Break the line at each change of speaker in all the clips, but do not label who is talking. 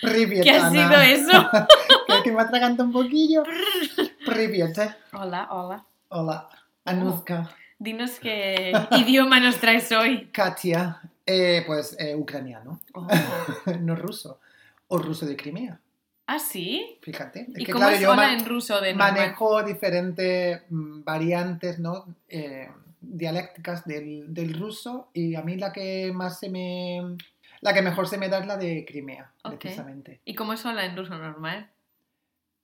¿Qué
Privietana.
ha sido eso?
que, que me atraganta un poquillo. Privieta.
hola, hola.
Hola. Anuzka.
Dinos qué idioma nos traes hoy.
Katia. Eh, pues eh, ucraniano.
Oh.
no ruso. O ruso de Crimea.
¿Ah, sí?
Fíjate. Es
¿Y
que,
cómo
claro, yo
suena
ma-
en ruso de normal?
manejo diferentes mm, variantes, ¿no? Eh, dialécticas del, del ruso y a mí la que más se me... La que mejor se me da es la de Crimea,
Ok.
precisamente.
¿Y cómo es hola en ruso normal?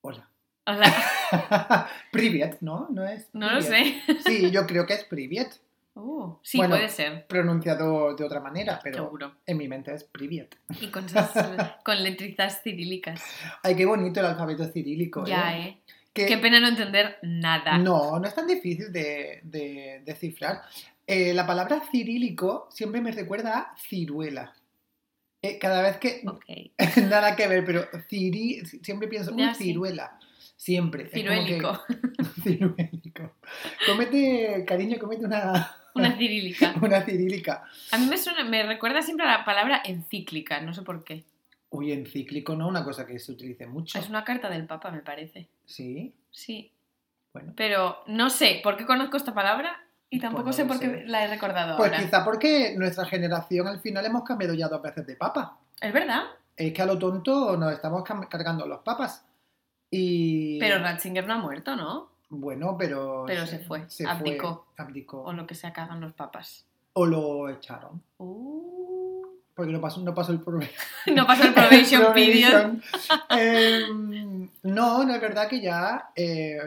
Hola.
Hola,
Privet, ¿no? No es.
no lo
Privet.
sé.
Sí, yo creo que es Privet,
Uh, sí,
Bueno,
puede ser,
pronunciado de otra manera, pero
seguro.
en mi mente es Privet.
Y con, esas- con letrizas cirílicas.
Ay, qué bonito el alfabeto cirílico.
Ya,
¿eh?
¿eh?
Que-
Qué pena no entender nada.
No, no es tan difícil de, de- de cifrar. Eh, la palabra cirílico siempre me recuerda a ciruela. Eh, cada vez que.
Ok.
Nada que ver, pero ciri, siempre pienso.
Ya,
"Uy,
sí.
ciruela. Siempre. Es como que-
Ciruélico.
ciruélico. Cómete, cariño, cómete una,
Una cirílica.
una cirílica.
A mí me, suena, me recuerda siempre a la palabra encíclica, no sé por qué.
Uy, encíclico, ¿no? Una cosa que se utilice mucho.
Es una carta del Papa, me parece.
Sí,
Sí.
bueno.
Pero no sé por qué conozco esta palabra y tampoco
Pues
sé
no
por
lo
qué
sé.
la he recordado
Pues
ahora.
quizá porque nuestra generación al final hemos cambiado ya dos veces de papa.
Es verdad,
Es que a lo tonto nos estamos cam- cargando los papas. Y.
pero Ratzinger no ha muerto, ¿no?
Bueno, pero.
Pero se fue, abdicó.
abdicó.
O lo que se acaban los papas.
O lo echaron.
Uh,
Porque no pasó, no pasó el problema.
No pasó el probation period.
Em, no, no es verdad que ya. eh,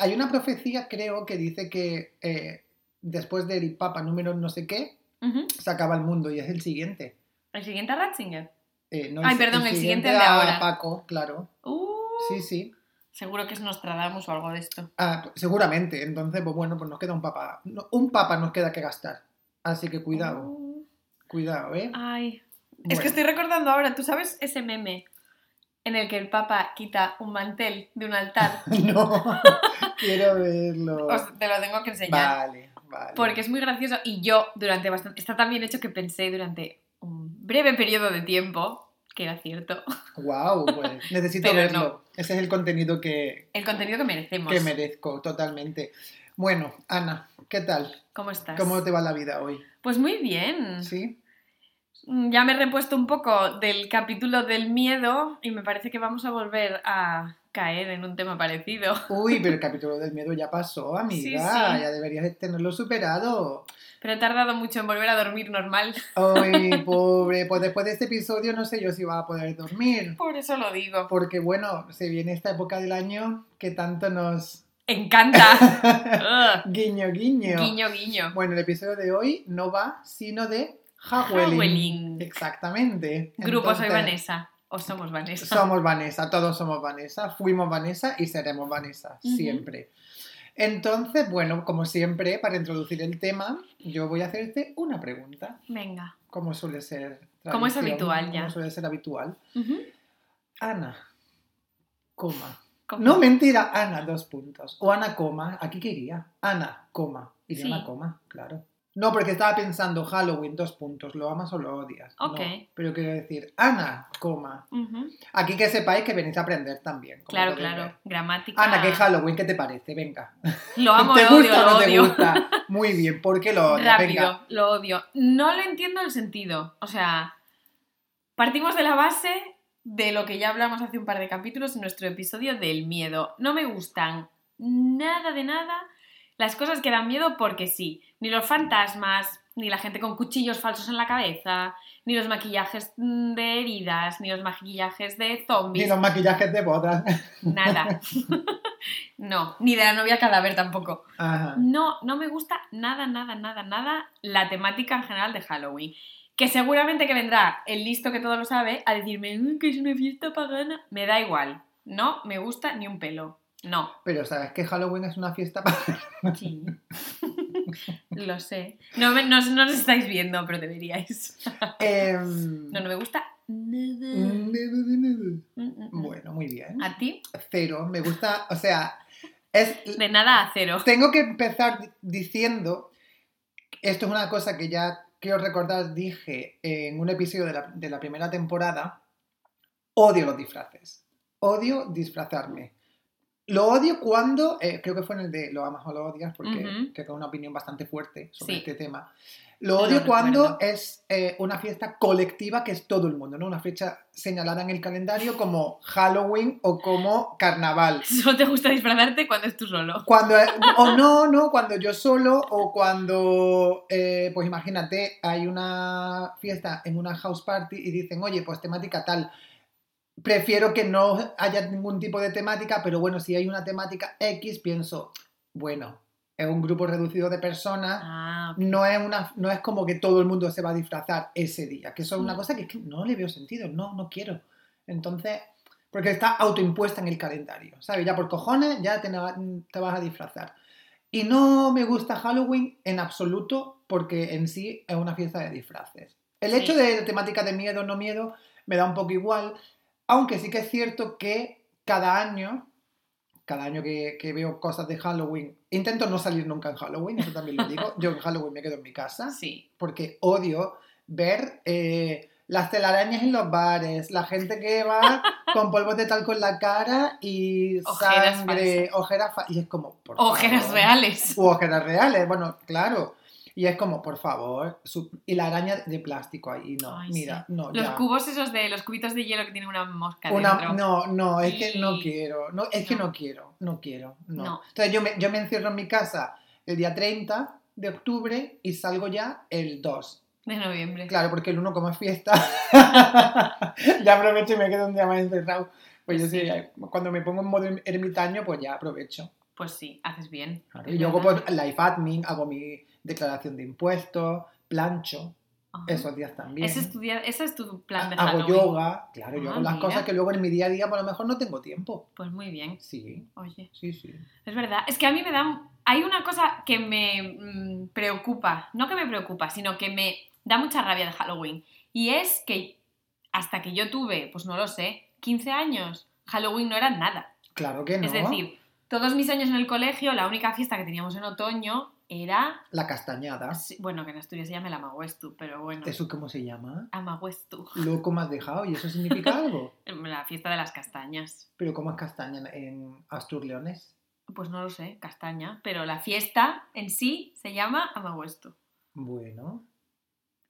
hay una profecía, creo, que dice que eh, después del Papa número no sé qué,
Ujú.
se acaba el mundo y es el siguiente.
El siguiente a Ratzinger.
Eh, no,
Ay, perdón, el siguiente al de
a
ahora.
Paco, claro.
Uh,
Sí, sí.
Seguro que es Nostradamus o algo de esto.
Ah, pues, seguramente. Entonces, pues bueno, pues nos queda un papa. no- un papa nos queda que gastar. Así que cuidado,
Uh,
cuidado, ¿eh?
ay. Ah, Es
Bueno.
que estoy recordando ahora, ¿tú sabes ese meme en el que el Papa quita un mantel de un altar?
No, quiero verlo.
este- Os- te lo tengo que enseñar.
Vale, vale.
Porque es muy gracioso y yo durante bastante... Está tan bien hecho que pensé durante un breve periodo de tiempo que era cierto.
Wow, pues necesito
Pero
verlo.
no.
Ese es el contenido que,
El contenido que merecemos.
que merezco, totalmente. Bueno, Ana, ¿qué tal?
¿Cómo estás?
¿Cómo te va la vida hoy?
Pues muy bien.
¿Sí?
Mm, Ya me he repuesto un poco del capítulo del miedo y me parece que vamos a volver a caer en un tema parecido.
Uy, pero el capítulo del miedo ya pasó, amiga.
Sí, sí.
Ya deberías de tenerlo superado.
Pero he tardado mucho en volver a dormir normal.
Ay, pobre, pues después de este episodio no sé yo si va a poder dormir.
Por eso lo digo.
Porque bueno, se viene esta época del año que tanto nos...
Encanta.
Guiño, guiño.
Ugh. guiño, guiño.
Bueno, el episodio de hoy no va sino de Howling.
Howling.
Exactamente.
Grupo Soy
Entonces,
Vanessa. O somos Vanessa.
Somos Vanessa, todos somos Vanessa, fuimos Vanessa y seremos Vanessa,
Ujú.
siempre. Entonces, bueno, como siempre, para introducir el tema, yo voy a hacerte una pregunta,
Venga.
como suele ser.
Como es
tradición,
habitual ya.
Como suele ser habitual.
Ujú.
Ana, coma.
¿Cómo?
No, mentira, Ana, dos puntos. O Ana, coma, aquí qué iría. Ana, coma. Iría
Sí.
una coma, claro. No, porque estaba pensando Halloween, dos puntos, lo amas o lo odias. No,
Ok.
pero quiero decir, Ana, coma.
Ujú.
Aquí que sepáis que venís a aprender también. como
Claro,
podéis
claro.
ver.
Gramática.
Ana, que Halloween, ¿qué te parece? Venga.
Lo amo,
¿Te
lo odio,
gusta o
lo
no te
odio.
gusta? Muy bien, ¿por qué lo odias?
Rápido,
Venga.
lo odio. No lo entiendo el sentido. O sea, partimos de la base de lo que ya hablamos hace un par de capítulos en nuestro episodio del miedo. No me gustan nada de nada las cosas que dan miedo porque sí. Ni los fantasmas, ni la gente con cuchillos falsos en la cabeza, ni los maquillajes mm, de heridas, ni los maquillajes de
Ni
zombies.
los maquillajes de bodas.
Nada. no, ni de la novia cadáver tampoco.
Ajá.
No, no me gusta nada, nada, nada, nada la temática en general de Halloween. Que seguramente que vendrá el listo que todo lo sabe a decirme "Mm, que es una fiesta pagana. Me da igual. No me gusta ni un pelo. No.
Pero sabes que Halloween es una fiesta para...
Sí. lo sé. No, me- no, no os estáis viendo, pero deberíais.
Em,
No, no me gusta nada. Mm, mm, mm.
Mm. Bueno, muy bien.
A ti,
Cero, me gusta, o sea, es,
de nada a cero.
tengo que empezar di- diciendo, esto es una cosa que ya quiero recordar, dije en un episodio de la, de la primera temporada, Odio los disfraces. Odio disfrazarme. Lo odio cuando, eh, creo que fue en el de lo amas o lo odias, porque
Ujú.
creo que es una opinión bastante fuerte sobre
Sí.
este tema. Lo
Lo
odio cuando
recuerdo.
es eh, una fiesta colectiva que es todo el mundo, ¿no? Una fecha señalada en el calendario como Halloween o como Carnaval.
Solo te gusta disfrazarte cuando es tú solo.
Cuando, eh, o no, no, cuando yo solo, o cuando, eh, pues imagínate, hay una fiesta en una house party y dicen, oye, pues temática tal. Prefiero que no haya ningún tipo de temática, pero bueno, si hay una temática X, pienso, bueno, es un grupo reducido de personas,
Ah,
no es, una, no es como que todo el mundo se va a disfrazar ese día, que eso es una
Mm.
cosa que, es que no le veo sentido, no, no quiero. Entonces, porque está autoimpuesta en el calendario, ¿sabes? Ya por cojones, ya te, na- te vas a disfrazar. Y no me gusta Halloween en absoluto porque en sí es una fiesta de disfraces. El
Sí.
hecho de temática de miedo o no miedo me da un poco igual, aunque sí que es cierto que cada año, cada año que, que veo cosas de Halloween, intento no salir nunca en Halloween, eso también lo digo. Yo en Halloween me quedo en mi casa
sí.
porque odio ver eh, las telarañas en los bares, la gente que va con polvos de talco en la cara y
Ojeras
sangre, ojeras fa- y es como por
Ojeras
favor.
reales.
U ojeras reales, bueno, claro. Y es como, por favor, su- y la araña de plástico ahí, no,
Ay,
mira, no,
Los
ya.
cubos esos de los cubitos de hielo que tienen una mosca
Una,
dentro.
no, no, es que no
Y-
quiero, no, es que
no.
no quiero, no quiero, no.
No.
Entonces yo me, yo me encierro en mi casa el día 30 de octubre y salgo ya el 2.
De noviembre.
Claro, porque el uno como es fiesta, ya aprovecho y me quedo un día más encerrado. Pues yo sí, cuando me pongo en modo ermitaño, pues ya aprovecho.
Pues sí, haces bien.
Y yo hago pues, life admin, hago mi declaración de impuestos, plancho,
Ajá.
esos días también.
Ese es, tu día- ese es tu plan de
hago
Halloween.
yoga, claro, yo
Ah,
hago las
mira.
cosas que luego en mi día pues, a día por lo mejor no tengo tiempo.
Pues muy bien.
Sí,
Oye,
sí, sí.
es verdad. Es que a mí me da... Hay una cosa que me mm, preocupa. No que me preocupa, sino que me da mucha rabia de Halloween. Y es que hasta que yo tuve, pues no lo sé, 15 años, Halloween no era nada.
Claro que no.
Es decir, todos mis años en el colegio, la única fiesta que teníamos en otoño era.
La castañada,
sí,
Este,
Bueno, que en Asturias se llama el Amaguestu, pero bueno.
¿eso cómo se llama?
Amaguestu.
Loco me has dejado y eso significa algo.
La fiesta de las castañas.
Pero ¿cómo es castaña en Astur Leones?
Pues no lo sé, castaña. Pero la fiesta en sí se llama Amaguestu.
Bueno,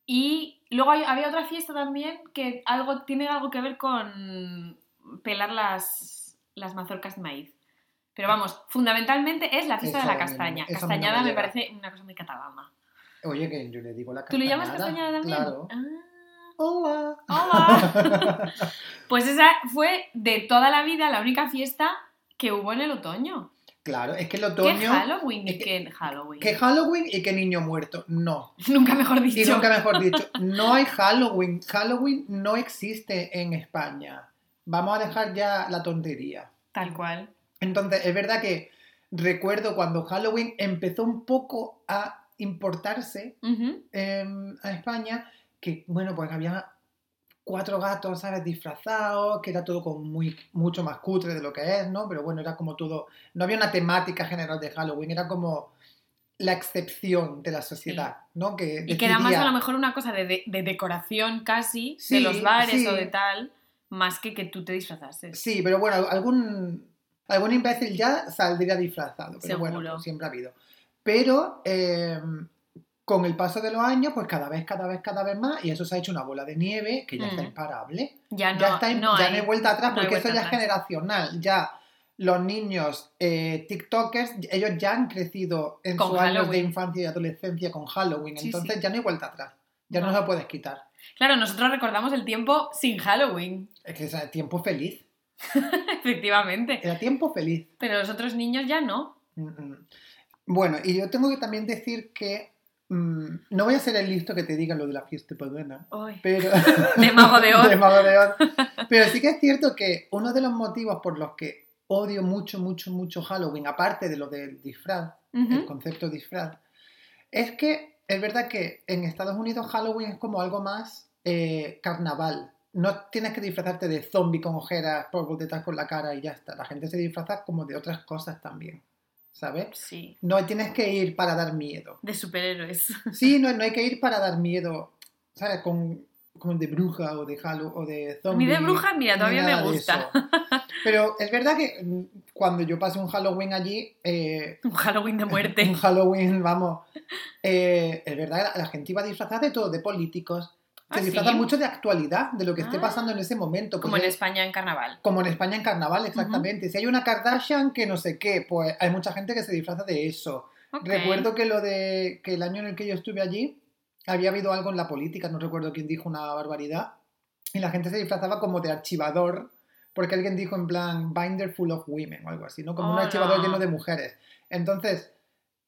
Y luego hay- había otra fiesta también que algo, tiene algo que ver con pelar las, las mazorcas de maíz. Pero vamos, fundamentalmente es la fiesta
Esa
de la
a mí no me-
catalana.
esa a mí no
Castañada
me
me
llega.
parece una cosa muy catalana.
Oye, que yo le digo la
¿Tú le llamas
castañada,
castañada también?
Claro.
Ah,
Hola.
hola. pues esa fue de toda la vida la única fiesta que hubo en el otoño.
Claro, es que el
¿Qué
otoño.
Halloween y
es
qué Halloween?
que Halloween y que niño muerto. No.
Nunca mejor
Y
dicho.
nunca mejor dicho, no hay Halloween. Halloween no existe en España. Vamos a dejar ya la tontería.
Tal cual.
Entonces, es verdad que recuerdo cuando Halloween empezó un poco a importarse
Ujú.
eh, a España, que bueno, pues había cuatro gatos, ¿sabes? Disfrazados, que era todo con muy, mucho más cutre de lo que es, ¿no? Pero bueno, era como todo, no había una temática general de Halloween, era como la excepción de la sociedad, ¿no? Que
Y que era más
decidía-
a lo mejor una cosa de, de- de decoración casi,
Sí,
de los bares
sí.
o de tal, más que que tú te disfrazases.
Sí, pero bueno, algún, algún imbécil ya saldría disfrazado, pero bueno,
Seguro.
pues siempre ha habido. Pero eh, con el paso de los años, pues cada vez, cada vez, cada vez más, y eso se ha hecho una bola de nieve que ya está
Mm.
imparable.
Ya no,
ya está,
no
ya
hay-
no hay vuelta atrás
no hay
porque eso
vuelta
ya es
atrás.
generacional. Ya los niños eh, TikTokers, ellos ya han crecido en
Con
sus años de
Halloween.
infancia y adolescencia con Halloween,
Sí,
entonces
sí. Ah.
ya no hay vuelta atrás. Ya no
No.
se lo puedes quitar.
Claro, nosotros recordamos el tiempo sin Halloween,
Es que era tiempo feliz.
efectivamente.
Era tiempo feliz.
Pero los otros niños ya no.
Mm-mm. Mm, Bueno, y yo tengo que también decir que mm, no voy a ser el listo que te diga lo de la fiesta pagana,
Ay.
pero
De Mago de Oz.
De Mago de Oz. Pero sí que es cierto que uno de los motivos por los que odio mucho, mucho, mucho Halloween, aparte de lo del disfraz,
Ujú.
el concepto disfraz, es que es verdad que en Estados Unidos Halloween es como algo más eh, carnaval. No tienes que disfrazarte de zombie con ojeras, por botetas con la cara y ya está. La gente se disfraza como de otras cosas también, ¿sabes?
Sí,
No tienes que ir para dar miedo.
de superhéroes.
Sí, no, no hay que ir para dar miedo. ¿Sabes? Con como de bruja o de Halo o de zombie.
Ni de bruja, mira,
ni
todavía
nada
me
de
gusta.
eso. Pero es verdad que mm, cuando yo pasé un Halloween allí, eh,
Un Halloween de
un
muerte.
Halloween, vamos, eh, es verdad que la- la gente iba disfrazada de todo, de políticos.
Ah,
Se
¿sí?
disfrazan mucho de actualidad, de lo que esté
Ah.
pasando en ese momento. pues
Como en
ya-
España en carnaval.
como en España en carnaval, exactamente. Si hay una Kardashian que no sé qué, pues hay mucha gente que se disfraza de eso.
Ok.
Recuerdo que lo de que el año en el que yo estuve allí había habido algo en la política, no recuerdo quién dijo una barbaridad, y la gente se disfrazaba como de archivador, porque alguien dijo en plan binder full of women o algo así, ¿no? Como un
Hola.
archivador lleno de mujeres. Entonces,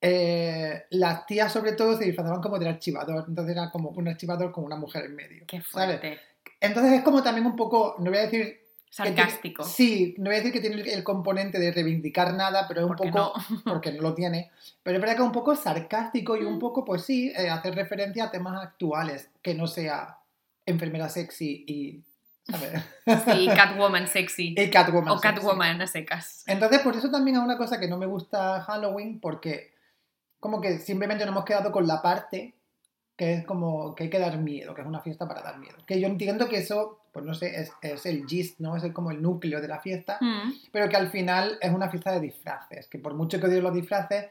eh, las tías sobre todo se disfrazaban como del archivador, entonces era como un archivador con una mujer en medio.
Qué
¿sabes?
fuerte.
Entonces es como también un poco, no voy a decir que tiene-
Sarcástico.
sí, no voy a decir que tiene el- el componente de reivindicar nada, pero es un
Porque
poco. Porque no lo tiene. Pero es verdad que es un poco sarcástico y un
Mm.
poco, pues sí, eh, hacer referencia a temas actuales, que no sea enfermera sexy y. ¿sabes?
Sí, Catwoman sexy.
y Catwoman.
O
sexy.
Catwoman a secas.
Entonces, por eso también es una cosa que no me gusta Halloween, porque como que simplemente nos hemos quedado con la parte que es como que hay que dar miedo, que es una fiesta para dar miedo. Que yo entiendo que eso, pues no sé, es, es el gist, ¿no? Es el- como el núcleo de la fiesta
Mm.
pero que al final es una fiesta de disfraces, que por mucho que odio los disfraces,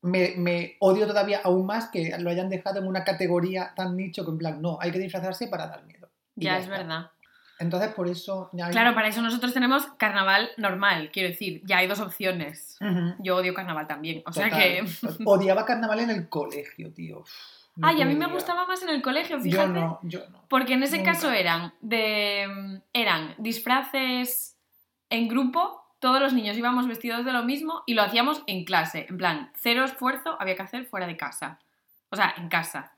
me, me odio todavía aún más que lo hayan dejado en una categoría tan nicho que en plan, no, hay que disfrazarse para dar miedo. Y
Ya, es
está.
verdad.
Entonces por eso... Ya hay-
Claro, para eso nosotros tenemos carnaval normal, quiero decir, ya hay dos opciones.
Ujú.
Yo odio carnaval también, o sea
Total.
que...
Odiaba carnaval en el colegio, tío. Uf, no
Ay, a mí me
podía.
gustaba más en el colegio,
Yo
fíjate.
no, yo no.
Porque en ese
Nunca.
caso eran de eran disfraces en grupo, todos los niños íbamos vestidos de lo mismo y lo hacíamos en clase, en plan, cero esfuerzo había que hacer fuera de casa. O sea, en casa.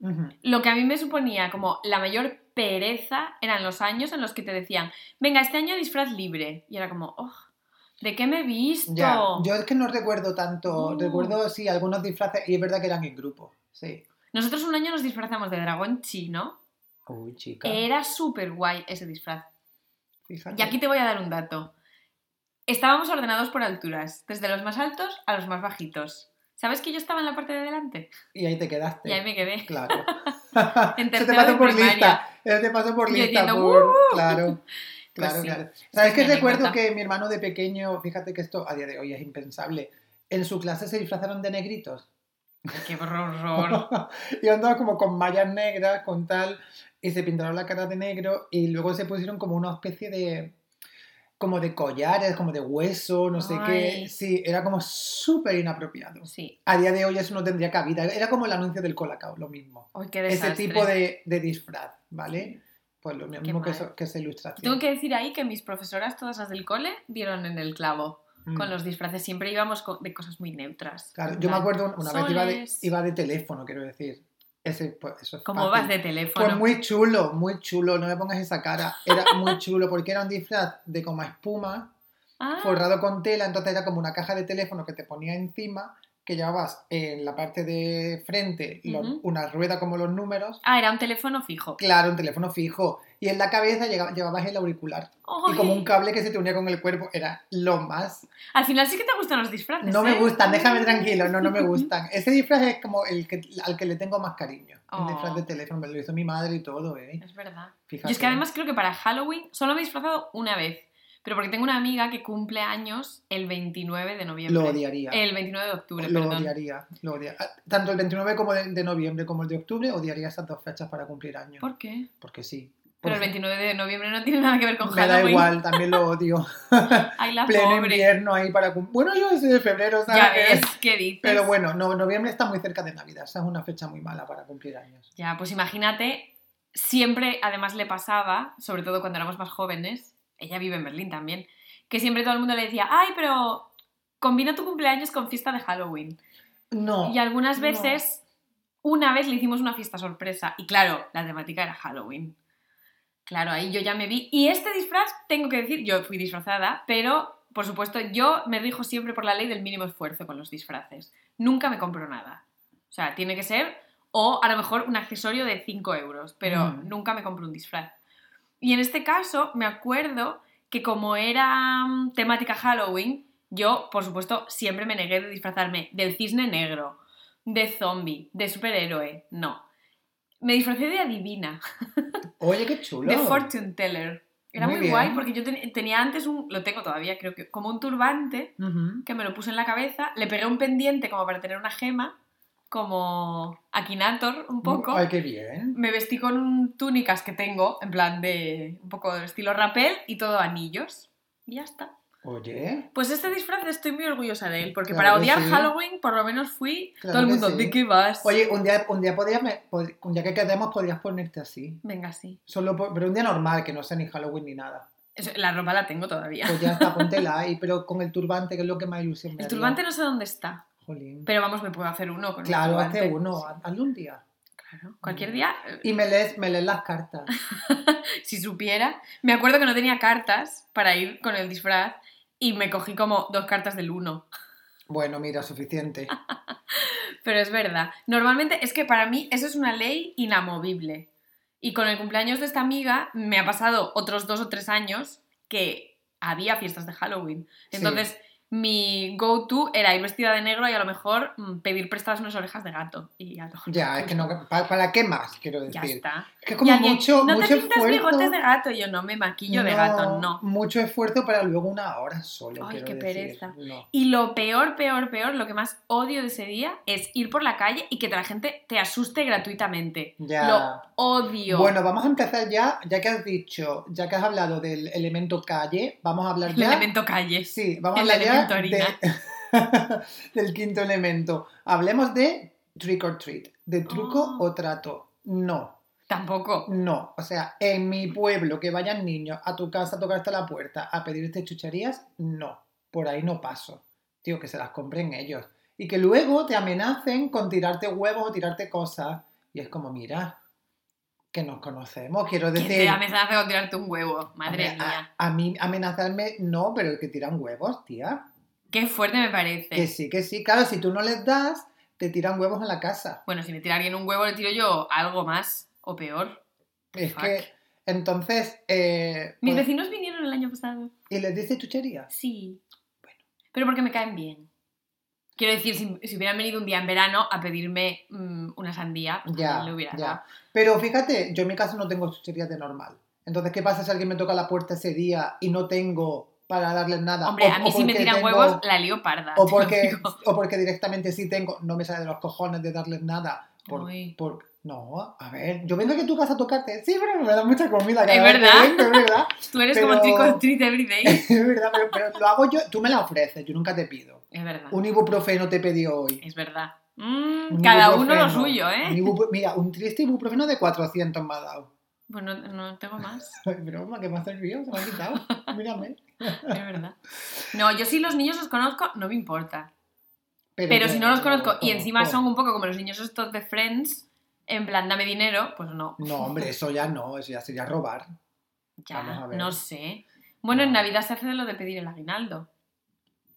Ujú.
Lo que a mí me suponía como la mayor pereza eran los años en los que te decían, "Venga, este año disfraz libre." Y era como, "Oh, ¿de qué me he visto?"
Ya, yo es que no recuerdo tanto,
Mm.
recuerdo sí algunos disfraces y es verdad que eran en grupo, sí.
Nosotros un año nos disfrazamos de dragón chino.
Uy, chica,
Era súper guay ese disfraz. Eh,
fíjate.
Y aquí te voy a dar un dato. Estábamos ordenados por alturas, desde los más altos a los más bajitos. ¿Sabes que yo estaba en la parte de delante?
Y ahí te quedaste.
Y ahí me quedé.
Claro.
En
Eso te
tercero
pasó
de
por
primaria.
lista. Eso te pasó por
Yo
lista.
diciendo,
por-
"Uh".
Claro, claro,
sí,
claro. ¿Sabes
es
que
mi
recuerdo
anécdota.
que mi hermano de pequeño, fíjate que esto a día de hoy es impensable, en su clase se disfrazaron de negritos.
¡Qué horror!
y andaban como con mallas negras, con tal, y se pintaron la cara de negro y luego se pusieron como una especie de como de collares, como de hueso, no sé
Ay.
qué. Sí, era como súper inapropiado.
Sí.
A día de hoy eso no tendría cabida. Era como el anuncio del Colacao, lo mismo
Ay, qué
ese
desastre.
tipo de, de disfraz, ¿vale? Pues lo mismo
mal.
que, eso- que esa ilustración.
Tengo que decir ahí que mis profesoras, todas las del cole, dieron en el clavo.
Mm.
Con los disfraces siempre íbamos co- de cosas muy neutras.
Claro,
En
yo me
plan,
acuerdo una vez iba de,
soles.
iba de teléfono, quiero decir. Ese, pues, eso es
Como
fácil.
vas de
Pues
teléfono.
muy chulo, muy chulo, no me pongas esa cara. Era muy chulo porque era un disfraz de como espuma,
Ah,
forrado con tela, entonces era como una caja de teléfono que te ponía encima, que llevabas en la parte de frente los-
Ujú.
una rueda como los números.
ah, era un teléfono fijo.
Claro, un teléfono fijo. Y en la cabeza llegaba- llevabas el auricular. y
Ay,
como un cable que se te unía con el cuerpo era lo más.
Al final sí que te gustan los disfraces.
No me
¿eh?
gustan, déjame tranquilo, no, no me gustan. Ese disfraz es como el que, al que le tengo más cariño. El
Oh.
disfraz de teléfono, me lo hizo mi madre y todo, ¿eh?
Es verdad.
Fíjate.
Yo es que además creo que para Halloween solo me he disfrazado una vez, pero porque tengo una amiga que cumple años el 29 de noviembre.
Lo odiaría.
El 29 de octubre,
lo
perdón.
odiaría, lo odia- ah, Tanto el 29 como de, de noviembre como el de octubre odiaría esas dos fechas para cumplir años.
¿Por qué?
Porque sí.
Pero el
Porque
29 de noviembre no tiene nada que ver con
Me da
Halloween.
igual, también lo odio.
Ay, la
Pleno
pobre.
invierno ahí para cumplir. Bueno, yo soy de febrero, ¿sabes?
Ya ves, ¿qué dices?
Pero bueno, no, noviembre está muy cerca de Navidad. Esa es una fecha muy mala para cumplir años.
Ya, pues imagínate, siempre además le pasaba, sobre todo cuando éramos más jóvenes, ella vive en Berlín también, que siempre todo el mundo le decía, ay, pero combina tu cumpleaños con fiesta de Halloween.
No.
Y algunas
no.
veces, una vez le hicimos una fiesta sorpresa. Y claro, la temática era Halloween. Claro, ahí yo ya me vi. Y este disfraz, tengo que decir, yo fui disfrazada, pero por supuesto, yo me rijo siempre por la ley del mínimo esfuerzo con los disfraces. Nunca me compro nada. O sea, tiene que ser, o a lo mejor un accesorio de 5 euros, pero
Mm.
nunca me compro un disfraz. Y en este caso, me acuerdo que como era mm, temática Halloween, yo, por supuesto, siempre me negué de disfrazarme del cisne negro, de zombie, de superhéroe, no. Me disfrazé de adivina,
Oye, qué chulo.
de fortune teller. Era
Muy
muy,
bien.
guay porque yo ten- tenía antes un, lo tengo todavía creo que, como un turbante
Ujú.
que me lo puse en la cabeza, le pegué un pendiente como para tener una gema, como Akinator un poco.
Mm, Ay, qué bien.
Me vestí con un- túnicas que tengo, en plan de un poco de estilo rapel y todo anillos. Y ya está.
Oye,
Pues este disfraz estoy muy orgullosa de él, porque
Claro
para
que
odiar
sí.
Halloween por lo menos fui
Claro
todo el
que
mundo,
sí.
¿de qué vas?
oye, un día, un día podrías, me- pod- un día que quedemos podrías ponerte así.
Venga, sí.
Solo por- pero un día normal, que no sea ni Halloween ni nada.
Eso- La ropa la tengo todavía.
Pues ya está, póntela ahí, pero con el turbante, que es lo que más ilusión me
El
haría.
turbante no sé dónde está,
Jolín.
pero vamos, me puedo hacer uno con el
claro,
turbante.
hazte uno, haz- hazlo un día.
Claro, Cualquier día, eh,
Y me lees, me lees las cartas.
si supiera. Me acuerdo que no tenía cartas para ir con el disfraz y me cogí como dos cartas del uno.
Bueno, mira, suficiente.
Pero es verdad. Normalmente es que para mí eso es una ley inamovible. Y con el cumpleaños de esta amiga me ha pasado otros dos o tres años que había fiestas de Halloween. Entonces mi go-to era ir vestida de negro y a lo mejor mm, pedir prestadas unas orejas de gato. Y ya, no-
Ya, es que no, ¿pa- ¿para, qué más? Quiero
ya
decir.
está.
Es que
Y
como
alguien,
mucho,
no
mucho
te pintas
esfuerzo.
bigotes de gato. Y yo no me maquillo de gato, no.
Mucho esfuerzo para luego una hora solo.
Ay,
quiero
qué
decir.
pereza.
No.
Y lo peor, peor, peor, lo que más odio de ese día es ir por la calle y que la gente te asuste gratuitamente.
Ya.
Lo odio.
Bueno, vamos a empezar ya, ya que has dicho, ya que has hablado del elemento calle, vamos a hablar
el
ya.
elemento calle.
Sí, vamos a
el
hablar ya
elemento
de- del quinto elemento. Hablemos de trick or treat, de truco
Oh.
o trato. No,
Tampoco.
No, o sea, en mi pueblo que vayan niños a tu casa a tocarte la puerta a pedirte chucherías, no, por ahí no paso. Tío, que se las compren ellos. Y que luego te amenacen con tirarte huevos o tirarte cosas. Y es como, mira, que nos conocemos, quiero
Que
decir...
te amenaza con tirarte un huevo. Madre
hombre, a-
mía.
A, mí amenazarme, no, pero que tiran huevos, tía.
Qué fuerte me parece.
Que sí, que sí. Claro, si tú no les das, te tiran huevos en la casa.
Bueno, si me tira alguien un huevo, le tiro yo algo más o peor.
Es
Fuck.
que, entonces... eh,
Mis
pues-
vecinos vinieron el año pasado.
y les dices chucherías.
Sí. Bueno. Pero porque me caen bien. Quiero decir, si, si hubieran venido un día en verano a pedirme mm, una sandía, pues
Ya,
también le hubiera dado.
ya. Pero fíjate, yo en mi caso no tengo chucherías de normal. Entonces, ¿qué pasa si alguien me toca la puerta ese día y no tengo para darles nada?
Hombre,
O-
a
o
mí si me
porque
tiran
tengo-
huevos, la lío parda.
O
te lo
porque,
digo.
o porque directamente sí tengo, no me sale de los cojones de darles nada. Por,
Uy.
por- no, a ver, yo vengo aquí a tu casa a tocarte. Sí, pero me dan mucha comida. cada
Es
vez que
verdad.
vengo, es verdad.
Tú eres
pero-
como trick or treat every day.
Es verdad, pero, pero lo hago yo. Tú me la ofreces, yo nunca te pido.
Es verdad.
Un ibuprofeno te pedí hoy.
Es verdad. Mm,
Un
cada uno lo
ibuprofeno.
suyo,
Un
¿eh?
ibuprofeno- mira, un triste ibuprofeno de 400 me ha dado.
Pues no, no tengo más,
Ay, broma, que me ha servido, se me ha quitado. Mírame.
es verdad. No, yo si los niños los conozco, no me importa. Pero,
yo
si no los conozco y
conozco.
encima son un poco como los niños estos de Friends, en plan, dame dinero, pues no.
No, hombre, eso ya no, eso ya sería robar.
Ya,
Vamos a ver.
no sé. Bueno, en
No.
Navidad se hace de lo de pedir el aguinaldo.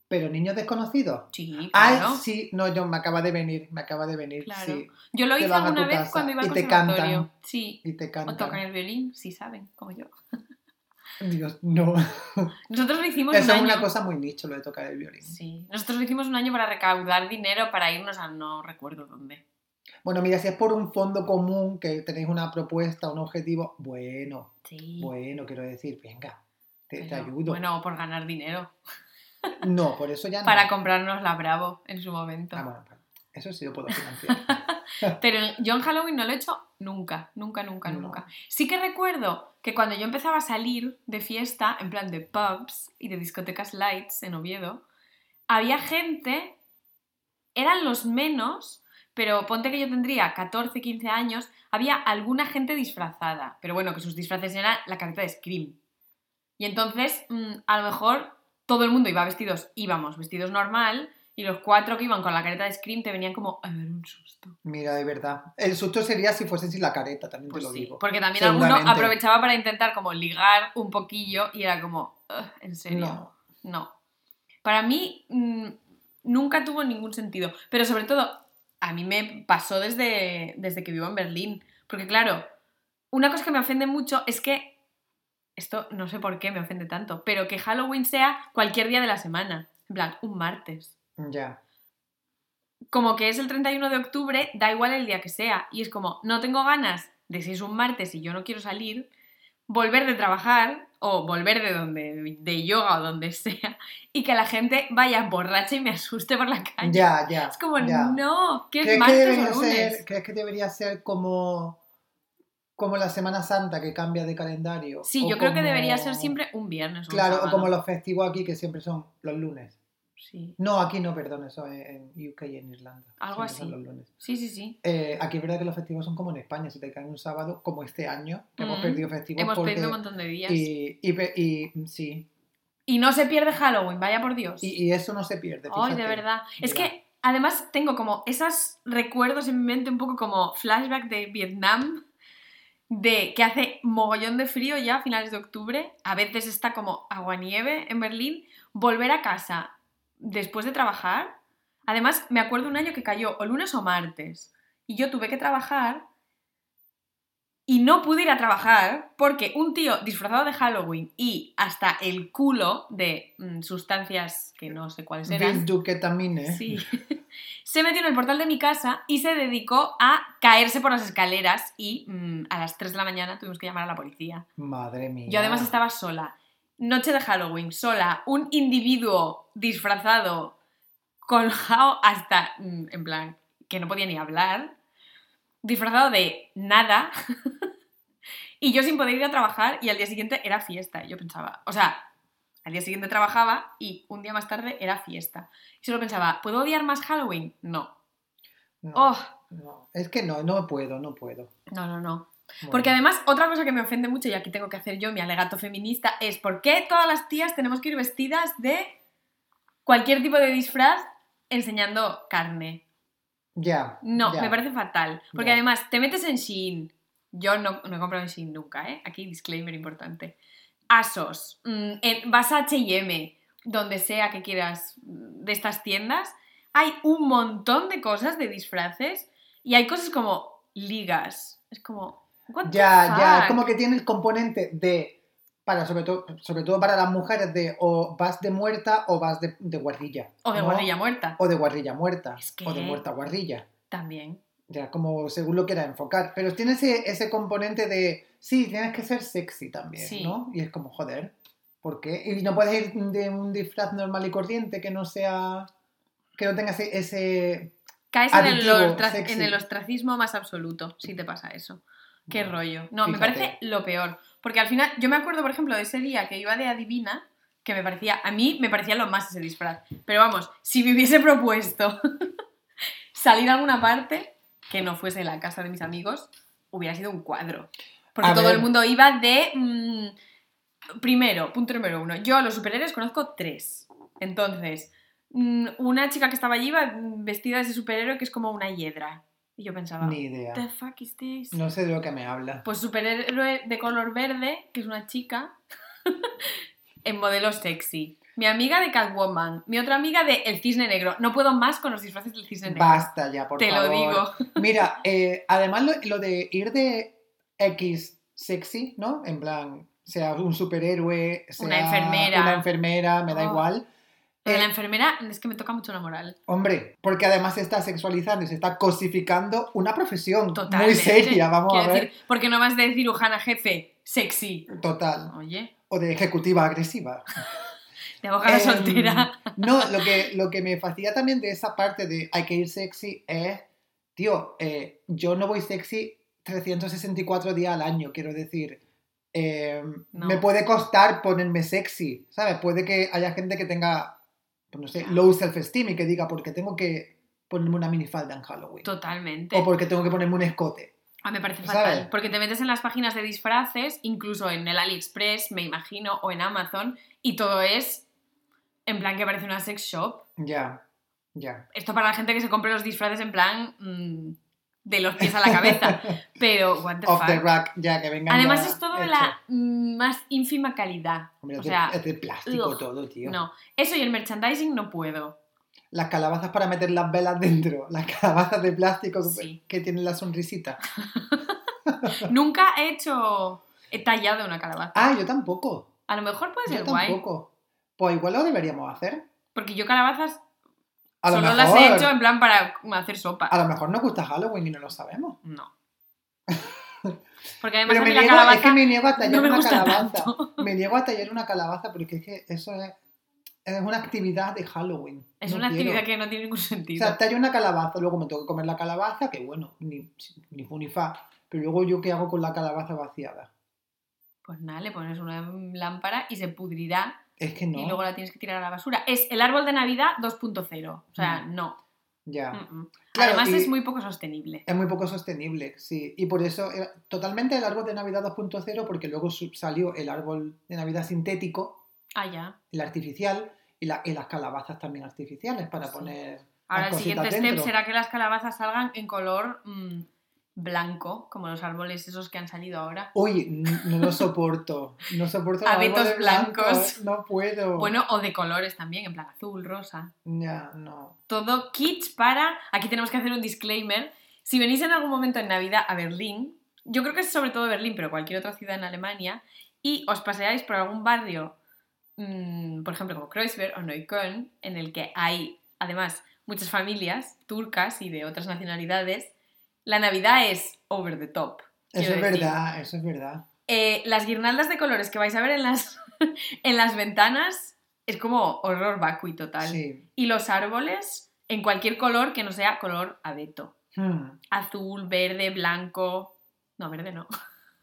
Pero niños desconocidos.
Sí,
Ay,
claro.
sí, no, John, me acaba de venir, me acaba de venir,
Claro.
sí.
Yo lo
Te
hice
van a
alguna
tu
vez
casa
cuando iba al
y te
conservatorio.
cantan.
Sí.
Y te
O tocan
cantan.
el violín, sí saben, como yo.
Dios, no.
Nosotros lo hicimos un
Eso es
año.
una cosa muy nicho, lo de tocar el violín.
Sí. Nosotros lo hicimos un año para recaudar dinero para irnos a no recuerdo dónde.
Bueno, mira, si es por un fondo común que tenéis una propuesta, un objetivo, bueno,
Sí.
bueno, quiero decir, venga, te, te
Pero,
ayudo.
Bueno, o por ganar dinero.
No, por eso ya no.
Para comprarnos la Bravo en su momento.
Ah, bueno, eso sí lo puedo financiar.
Pero yo en Halloween no lo he hecho nunca, nunca, nunca,
No.
nunca. Sí que recuerdo que cuando yo empezaba a salir de fiesta, en plan de pubs y de discotecas lights en Oviedo, había gente, eran los menos, pero ponte que yo tendría 14, 15 años, había alguna gente disfrazada, pero bueno, que sus disfraces eran la careta de Scream. Y entonces, mm, a lo mejor todo el mundo iba vestidos, íbamos vestidos normal, y los cuatro que iban con la careta de Scream te venían como a dar un susto.
Mira, de verdad. El susto sería si fuesen sin la careta, también
Pues
te lo
sí,
digo.
porque también alguno
Seguramente.
aprovechaba para intentar como ligar un poquillo y era como, "Ugh, ¿en serio?
No.
No. Para mí mm, nunca tuvo ningún sentido, pero sobre todo a mí me pasó desde, desde que vivo en Berlín, porque claro, una cosa que me ofende mucho es que, esto no sé por qué me ofende tanto, pero que Halloween sea cualquier día de la semana, en plan, un martes.
Ya.
como que es el 31 de octubre, da igual el día que sea. Y es como, no tengo ganas de si es un martes y yo no quiero salir, volver de trabajar o volver de donde, de yoga o donde sea, y que la gente vaya borracha y me asuste por la calle.
Ya, ya.
Es como,
ya.
no, que es
¿Crees que,
martes
debería
o lunes.
ser, ¿Crees que debería ser como, como la Semana Santa que cambia de calendario?
Sí,
O
yo creo que
como-
debería ser siempre un viernes. un
Claro, o
sábado.
como los festivos aquí que siempre son los lunes.
Sí,
No, aquí no, perdón, eso es en UK y en Irlanda.
Algo
Siempre son
así.
los lunes.
sí, sí. sí.
Eh, aquí es verdad que los festivos son como en España, si te caen un sábado, como este año, que hemos
Mm.
perdido festivos.
Hemos
porque-
perdido un montón de días. Y...
y, y, pe- y- mm, sí,
no se pierde Halloween, vaya por Dios.
y, y eso no se pierde.
Ay, de
fíjate.
verdad. Es
Mira.
que además tengo como esos recuerdos en mi mente un poco como flashback de Vietnam, de que hace mogollón de frío ya a finales de octubre, a veces está como aguanieve en Berlín, volver a casa después de trabajar. Además, me acuerdo un año que cayó o lunes o martes y yo tuve que trabajar y no pude ir a trabajar porque un tío disfrazado de Halloween y hasta el culo de mm, sustancias que no sé cuáles eran.
Bill Duque también, ¿eh?
Sí. Se metió en el portal de mi casa y se dedicó a caerse por las escaleras y mm, a las 3 de la mañana tuvimos que llamar a la policía.
Madre mía.
Yo además estaba sola. Noche de Halloween, sola, un individuo disfrazado, colgado hasta, mm, en plan, que no podía ni hablar, disfrazado de nada, y yo sin poder ir a trabajar y al día siguiente era fiesta, yo pensaba, o sea, al día siguiente trabajaba y un día más tarde era fiesta. Y solo pensaba, ¿puedo odiar más Halloween? No.
No,
Oh,
no. Es que no, no puedo, no puedo.
no, no, no.
Bueno.
Porque además, otra cosa que me ofende mucho, y aquí tengo que hacer yo mi alegato feminista, es por qué todas las tías tenemos que ir vestidas de cualquier tipo de disfraz enseñando carne.
Ya.
No,
ya.
me parece fatal. Porque
Ya.
además, te metes en Shein. Yo no, no he comprado en Shein nunca, ¿eh? Aquí disclaimer importante. Asos, mm, en- vas a H&M, donde sea que quieras mm, de estas tiendas, hay un montón de cosas de disfraces y hay cosas como ligas. Es como... what the
Ya, ya, es
fuck?
como que tiene el componente de, para sobre todo, sobre todo para las mujeres, de o vas de muerta o vas de, de guarrilla.
O de
¿no?
guardilla muerta,
O de guarrilla muerta.
Es que-
O de muerta guarrilla.
también.
Ya, como según lo quiera enfocar. Pero tiene ese, ese componente de, sí, tienes que ser sexy también,
Sí.
¿no? Y es como, joder, ¿por qué? Y no puedes ir de un disfraz normal y corriente que no sea, que no tenga ese... ese...
Caes en el,
Adictivo,
ostra-
sexy.
en el ostracismo más absoluto, si te pasa eso. Qué rollo. No, me
Fíjate.
parece lo peor. Porque al final, yo me acuerdo, por ejemplo, de ese día que iba de Adivina, que me parecía, a mí me parecía lo más ese disfraz. Pero vamos, si me hubiese propuesto salir a alguna parte que no fuese la casa de mis amigos, hubiera sido un cuadro. Porque
A
todo
ver.
el mundo iba de... mm, primero, punto número uno. Yo a los superhéroes conozco tres. Entonces, mm, una chica que estaba allí iba mm, vestida de ese superhéroe que es como una hiedra. Y yo pensaba,
Ni
"What
idea.
the fuck is this?
No sé de lo que me habla.
Ah. Pues superhéroe de color verde, que es una chica, en modelo sexy. Mi amiga de Catwoman, mi otra amiga de El Cisne Negro. No puedo más con los disfraces del Cisne Negro.
Basta ya, por
Te
favor.
lo digo.
Mira, eh, además lo, lo de ir de X sexy, ¿no? En plan, sea un superhéroe, sea
Una enfermera.
Una enfermera, me da
Oh.
igual.
Lo de la
Eh,
enfermera es que me toca mucho la moral.
Hombre, porque además se está sexualizando y se está cosificando una profesión
Totalmente.
muy seria, vamos a
¿eh? Quiero
ver.
decir, porque no vas de cirujana jefe sexy.
Total.
Oye,
O de ejecutiva agresiva.
de abogada
Em,
soltera.
No, lo que, lo que me fastidia también de esa parte de hay que ir sexy es, tío, eh, yo no voy sexy 364 días al año, quiero decir. eh,
No.
Me puede costar ponerme sexy, ¿sabes? Puede que haya gente que tenga, pues no sé, low self-esteem y que diga, porque tengo que ponerme una minifalda en Halloween.
Totalmente.
O porque tengo que ponerme un escote.
Ah, me parece fatal.
¿Sabes?
Porque te metes en las páginas de disfraces, incluso en el AliExpress, me imagino, o en Amazon, y todo es en plan que parece una sex shop.
Ya, ya.
Esto para la gente que se compre los disfraces en plan mm, de los pies a la cabeza. Pero, what the
Off the
fuck.
rack, ya que venga.
Además
ya
es todo de
hecho.
la mm, más ínfima calidad.
Hombre,
o
es de-
sea,
es de plástico
ugh,
todo, tío.
no. Eso y el merchandising no puedo.
Las calabazas para meter las velas dentro, las calabazas de plástico que-
Sí.
que tienen la sonrisita.
Nunca he hecho... He tallado una calabaza.
Ah, yo tampoco.
A lo mejor puede
Yo
ser guay.
tampoco. Pues igual lo deberíamos hacer.
Porque yo calabazas
A lo
Solo
mejor-
las he hecho en plan para hacer sopa.
A lo mejor nos gusta Halloween y no lo sabemos.
No. Porque además
Pero
a
me
mí la
niego,
calabaza...
es que me niego a tallar
no me
una
gusta
calabaza. Me niego a tallar una calabaza porque es que eso es, es una actividad de Halloween.
Es
No
una
quiero.
actividad que no tiene ningún
O
sentido.
sea, tallo una calabaza, luego me tengo que comer la calabaza, que bueno, ni, ni fu ni fa. Pero luego yo qué hago con la calabaza vaciada.
Pues nada, le pones una lámpara y se pudrirá
Es que
y
no.
luego la tienes que tirar a la basura. Es el árbol de Navidad 2.0. O sea, no.
Ya.
Mm, mm.
Mm. Claro,
Además
y-
es muy poco sostenible.
Es muy poco sostenible, sí. Y por eso, eh, totalmente el árbol de Navidad 2.0, porque luego su- salió el árbol de Navidad sintético,
Ah, ya.
el artificial, y, la- y las calabazas también artificiales para
Sí.
poner.
Ahora
las
el siguiente
cositas
step
dentro.
será que las calabazas salgan en color mm, blanco, como los árboles esos que han salido ahora.
Oye, n- no lo soporto. No soporto los
Hábitos
árboles blancos.
blancos.
No puedo.
Bueno, o de colores también, en plan azul, rosa.
Ya, no.
Todo kitsch para... Aquí tenemos que hacer un disclaimer. Si venís en algún momento en Navidad a Berlín, yo creo que es sobre todo Berlín, pero cualquier otra ciudad en Alemania, y os paseáis por algún barrio, mm, por ejemplo, como Kreuzberg o Neukölln, en el que hay, además, muchas familias turcas y de otras nacionalidades, la Navidad es over the top.
Eso
quiero
es
decir.
verdad, eso es verdad.
Eh, las guirnaldas de colores que vais a ver en las, en las ventanas es como horror vacui total.
Sí.
Y los árboles en cualquier color que no sea color abeto.
Hmm.
Azul, verde, blanco. No, verde no.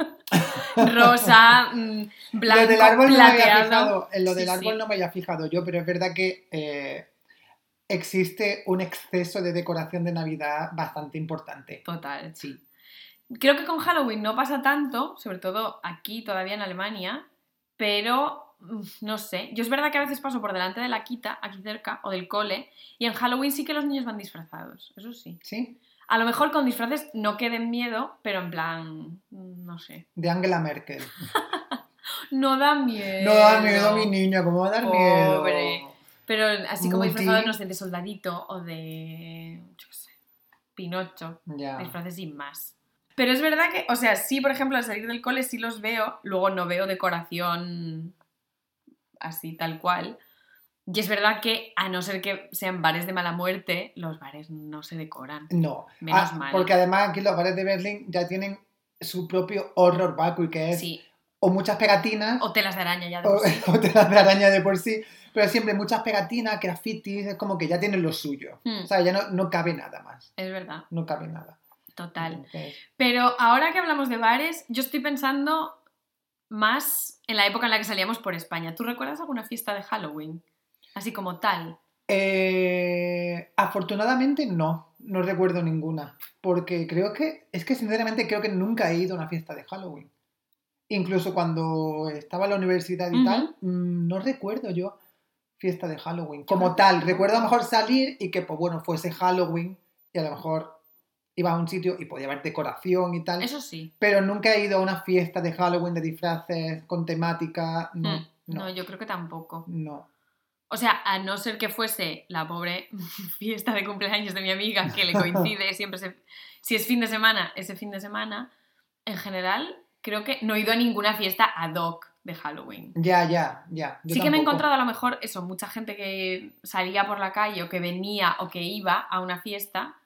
Rosa, mm, blanco,
lo del árbol no me había
plateado.
fijado. En lo
Sí,
del árbol
sí.
no me había fijado yo, pero es verdad que eh, existe un exceso de decoración de Navidad bastante importante.
Total,
Sí.
Creo que con Halloween no pasa tanto, sobre todo aquí todavía en Alemania, pero mm, no sé. Yo es verdad que a veces paso por delante de la quita, aquí cerca, o del cole, y en Halloween sí que los niños van disfrazados, eso sí.
¿Sí?
A lo mejor con disfraces no queden miedo, pero en plan, mm, no sé.
De Angela Merkel.
No da miedo.
No da miedo mi niña, ¿cómo va a dar
Eh, Pobre.
miedo?
Pero así como
Muti.
disfrazados, no sé, de soldadito o de, yo qué sé, Pinocho.
Ya.
disfraces sin más. Pero es verdad que, o sea, sí, por ejemplo, al salir del cole sí los veo, luego no veo decoración así tal cual. Y es verdad que, a no ser que sean bares de mala muerte, los bares no se decoran.
No. Ah,
Menos mal.
Porque además aquí los bares de Berlín ya tienen su propio horror vacui, que es
Sí,
o muchas pegatinas
o telas de araña ya de
o,
por sí.
o telas de araña de por sí, pero siempre muchas pegatinas, grafitis, es como que ya tienen lo suyo.
Mm,
O sea, ya no, no cabe nada más.
Es verdad,
No cabe nada.
total.
Entonces,
Pero ahora que hablamos de bares, yo estoy pensando más en la época en la que salíamos por España. ¿Tú recuerdas alguna fiesta de Halloween? Así como tal.
eh, afortunadamente no, no recuerdo ninguna, porque creo que, es que sinceramente creo que nunca he ido a una fiesta de Halloween. Incluso cuando estaba en la universidad y
Ujú.
tal, mm, no recuerdo yo fiesta de Halloween como
creo que
tal.
no.
Recuerdo a lo mejor salir y que, pues bueno, fuese Halloween y a lo mejor iba a un sitio y podía haber decoración y tal.
Eso sí.
Pero nunca he ido a una fiesta de Halloween de disfraces con temática. No,
Mm,
no,
no, yo creo que tampoco.
no.
O sea, a no ser que fuese la pobre fiesta de cumpleaños de mi amiga que le coincide siempre, se- si es fin de semana, ese fin de semana, en general creo que no he ido a ninguna fiesta ad hoc de Halloween.
Ya, ya, ya. Yo
sí que me he
tampoco.
encontrado a lo mejor eso, mucha gente que salía por la calle o que venía o que iba a una fiesta,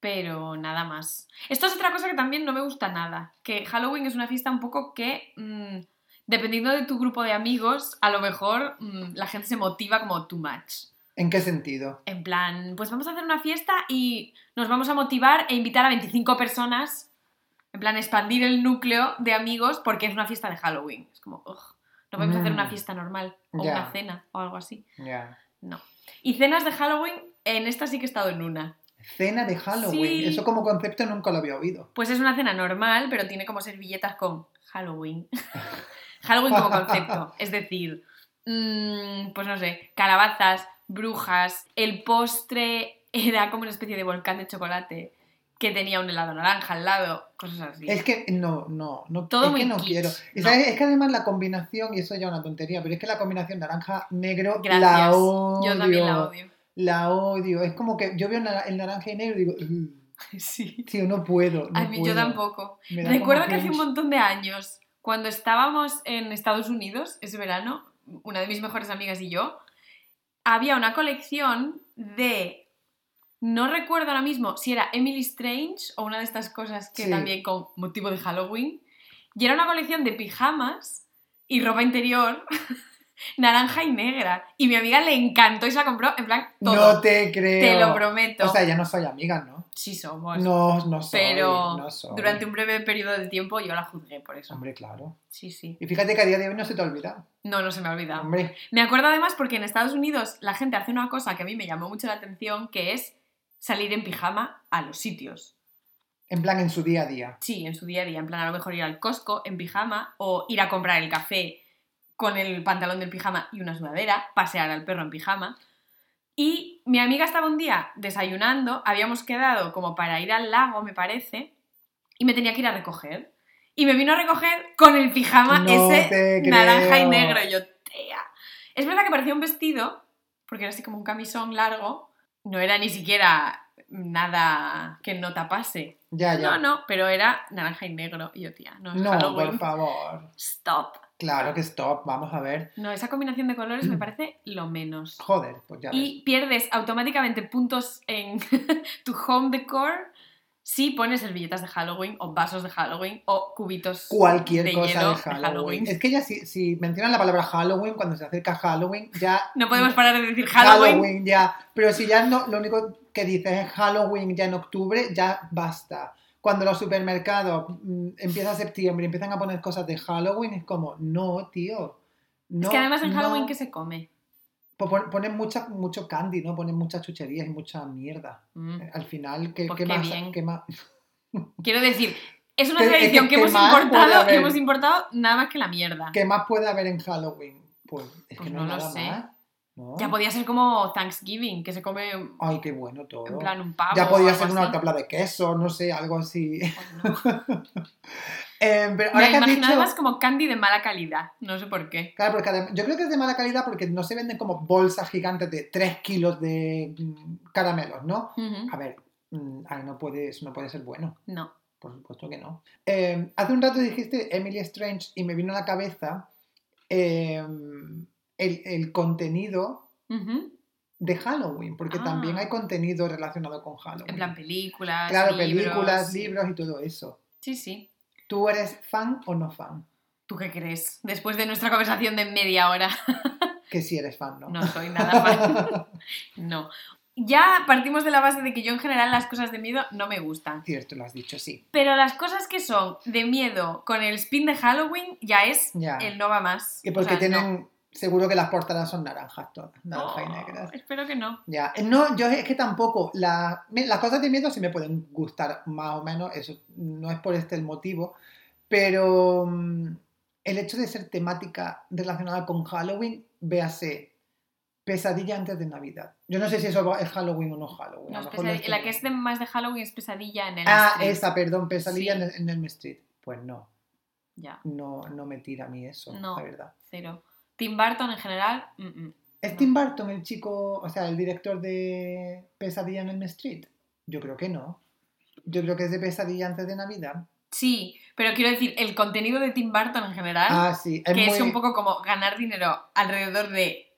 pero nada más. Esto es otra cosa que también no me gusta nada, que Halloween es una fiesta un poco que, mm, dependiendo de tu grupo de amigos, a lo mejor mm, la gente se motiva como too much.
¿En qué sentido?
En plan, pues vamos a hacer una fiesta y nos vamos a motivar e invitar a 25 personas. En plan, expandir el núcleo de amigos porque es una fiesta de Halloween. Es como, ugh, no podemos hacer
Mm.
una fiesta normal o
Ya.
una cena o algo así.
Ya.
Y cenas de Halloween, en esta sí que he estado en una.
Cena de Halloween.
Sí.
Eso como concepto nunca lo había oído.
Pues es una cena normal, pero tiene como servilletas con Halloween. Halloween como concepto. Es decir, mm, pues no sé, calabazas, brujas. El postre era como una especie de volcán de chocolate que tenía un helado naranja al lado, cosas así.
Es que no, no, no.
Todo
es que
muy
no
kitsch,
quiero. Y
no.
sabes, es que además la combinación, y eso ya es una tontería, pero es que la combinación naranja-negro
Gracias.
la odio.
Yo también la odio.
La odio. Es como que yo veo na- el naranja y negro y digo, "Ugh,
Sí.
tío, no puedo. no
A mí yo
puedo".
tampoco.
Me da como
Recuerdo que hace un
cringe.
montón de años, cuando estábamos en Estados Unidos ese verano, una de mis mejores amigas y yo, había una colección de No recuerdo ahora mismo si era Emily Strange o una de estas cosas que
Sí.
también con motivo de Halloween. Y era una colección de pijamas y ropa interior naranja y negra. Y mi amiga le encantó y se la compró en plan todo.
No te creo.
Te lo prometo.
O sea, ya no soy amiga, ¿no?
sí somos.
No, no soy.
pero
no soy.
Durante un breve periodo de tiempo yo la juzgué por eso.
Hombre, claro.
Sí, sí.
Y fíjate que a día de hoy no se te olvida.
No, no se me ha olvidado.
Hombre,
Me acuerdo además porque en Estados Unidos la gente hace una cosa que a mí me llamó mucho la atención, que es salir en pijama a los sitios.
en plan, en su día a día.
Sí, en su día a día, en plan a lo mejor ir al Costco en pijama o ir a comprar el café con el pantalón del pijama y una sudadera, pasear al perro en pijama. Y mi amiga estaba un día desayunando, habíamos quedado como para ir al lago, me parece, y me tenía que ir a recoger. Y me vino a recoger con el pijama
No
ese
te
naranja y
creo.
negro. Y Yo, tía. Es verdad que parecía un vestido, porque era así como un camisón largo. No era ni siquiera nada que no tapase.
Ya,
No,
ya.
no, pero era naranja y negro. Y yo, tía, no, es
No,
Halloween.
por favor.
Stop.
Claro que stop, vamos a ver.
No, esa combinación de colores me parece lo menos.
Joder, pues ya ves.
Y pierdes automáticamente puntos en tu home decor si pones servilletas de Halloween o vasos de Halloween o cubitos
Cualquier
de
cosa
hielo
de Halloween. Es que ya si, si mencionan la palabra Halloween cuando se acerca Halloween, ya...
No podemos parar de decir
Halloween.
Halloween.
ya. Pero si ya no, lo único que dices es Halloween ya en octubre, ya basta. Cuando los supermercados mm, empieza septiembre y empiezan a poner cosas de Halloween, es como, no, tío. No,
es que además en
no.
Halloween, ¿qué se come?
Po- pon- Ponen mucha, mucho candy, ¿no? Ponen muchas chucherías y mucha mierda.
Mm.
Al final, ¿qué,
Pues
qué
qué
más,
bien.
qué más?
Quiero decir, es una
Que- es que-
tradición que,
que
hemos
más puede
importado y
haber.
hemos importado nada más que la mierda.
¿Qué más puede haber en Halloween? Pues es
Pues
que no,
no
hay
lo
nada
sé.
más. ¿no?
Ya podía ser como Thanksgiving, que se come en
Ay, qué bueno todo.
plan un pavo.
ya
o
podía
algo
ser una
así.
tabla de queso, no sé, algo así.
Pues no.
Eh, pero
Me
ahora
la
que has
imagino
dicho...
además como candy de mala calidad. No sé por qué.
Claro, porque adem- yo creo que es de mala calidad porque no se venden como bolsas gigantes de 3 kilos de mm, caramelos, ¿no?
Ujú.
A ver, mm, ah, no puede, eso no puede ser bueno.
No.
Por supuesto que no. Eh, hace un rato dijiste Emily Strange y me vino a la cabeza eh, el, el contenido
Ujú.
de Halloween, porque
Ah.
también hay contenido relacionado con Halloween.
En plan películas.
claro,
libros,
películas,
sí.
libros y todo eso.
Sí, sí.
¿Tú eres fan o no fan?
¿Tú qué crees? Después de nuestra conversación de media hora,
Que sí eres fan, ¿no?
no soy nada fan. No. Ya partimos de la base de que yo en general las cosas de miedo no me gustan.
Cierto, lo has dicho, sí.
Pero las cosas que son de miedo con el spin de Halloween ya es
Ya.
el no va más.
Y
O
porque
sea,
tienen...
no. Oh.
Seguro que las portadas son naranjas todas, naranjas y
No,
negras.
Espero que no.
Ya, eh, no, yo es que tampoco, la- me- las cosas de miedo sí me pueden gustar más o menos, eso no es por este el motivo, pero mm, el hecho de ser temática relacionada con Halloween, véase, pesadilla antes de Navidad. Yo no sé si eso va- es Halloween o no Halloween.
No,
a
es
lo mejor lo
pesadi-
estoy
la que es de-
viendo.
más de Halloween es pesadilla en el
Ah,
Street.
esa, perdón, pesadilla
Sí.
en, el, en Elm Street. Pues no,
Ya,
no, no me tira a mí eso,
No.
la verdad.
cero. Tim Burton en general, mm, mm.
¿Es
No.
Tim Burton el chico, o sea, el director de Pesadilla en Elm Street? Yo creo que no. Yo creo que es de Pesadilla antes de Navidad.
Sí, pero quiero decir, el contenido de Tim Burton en general,
Ah, sí.
que
Es muy...
es un poco como ganar dinero alrededor de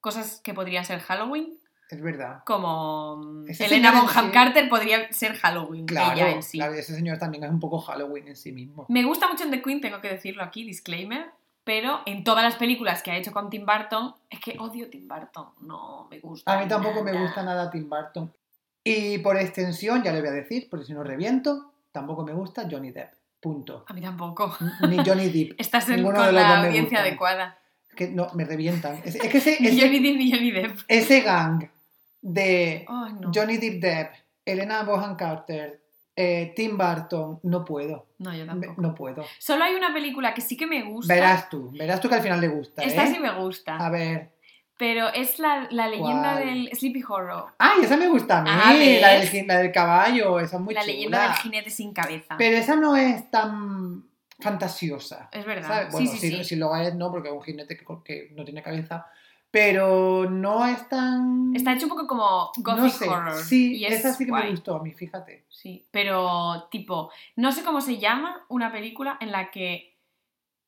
cosas que podrían ser Halloween,
Es verdad.
como mm,
Ese
Elena
señor en
Bonham
sí-
Carter podría ser Halloween, ella
Claro,
en sí.
claro, ese señor también es un poco Halloween en sí mismo.
Me gusta mucho en The Queen, tengo que decirlo aquí, disclaimer, pero en todas las películas que ha hecho con Tim Burton, es que odio Tim Burton, no me gusta.
A mí tampoco me
nada.
gusta nada Tim Burton. Y por extensión, ya le voy a decir, porque si no reviento, tampoco me gusta Johnny Depp. Punto.
A mí tampoco.
Ni Johnny Depp.
Estás en-
Ninguno de
con
los
la
dos me
audiencia
gustan.
adecuada.
Que no, me revientan. Es, es que ese,
Ni
ese,
Johnny Depp ni Johnny Depp.
ese gang
Ay,
de
Oh, no.
Johnny Depp Depp, Elena Bohan Carter, eh, Tim Burton, no puedo.
No, yo
Me-
tampoco.
No puedo.
Solo hay una película que sí que me gusta.
Verás tú, verás tú que al final le gusta.
Esta
¿eh?
sí me gusta.
A ver.
Pero es la, la leyenda
¿Cuál?
del Sleepy Hollow.
¡Ay, esa me gusta a mí!
Ah, ¿ves?
la, del, gi- la del caballo, esa es muy
la
chula.
leyenda del jinete sin cabeza.
Pero esa no es tan fantasiosa.
es verdad.
¿sabes?
sí,
Bueno,
sí,
si,
sí.
si lo es, no, porque es un jinete que, que no tiene cabeza. Pero no es tan.
Está hecho un poco como gothic
no sé.
horror.
Sí,
y es
esa sí que me
guay.
gustó a mí, fíjate.
Sí, pero tipo, no sé cómo se llama una película en la que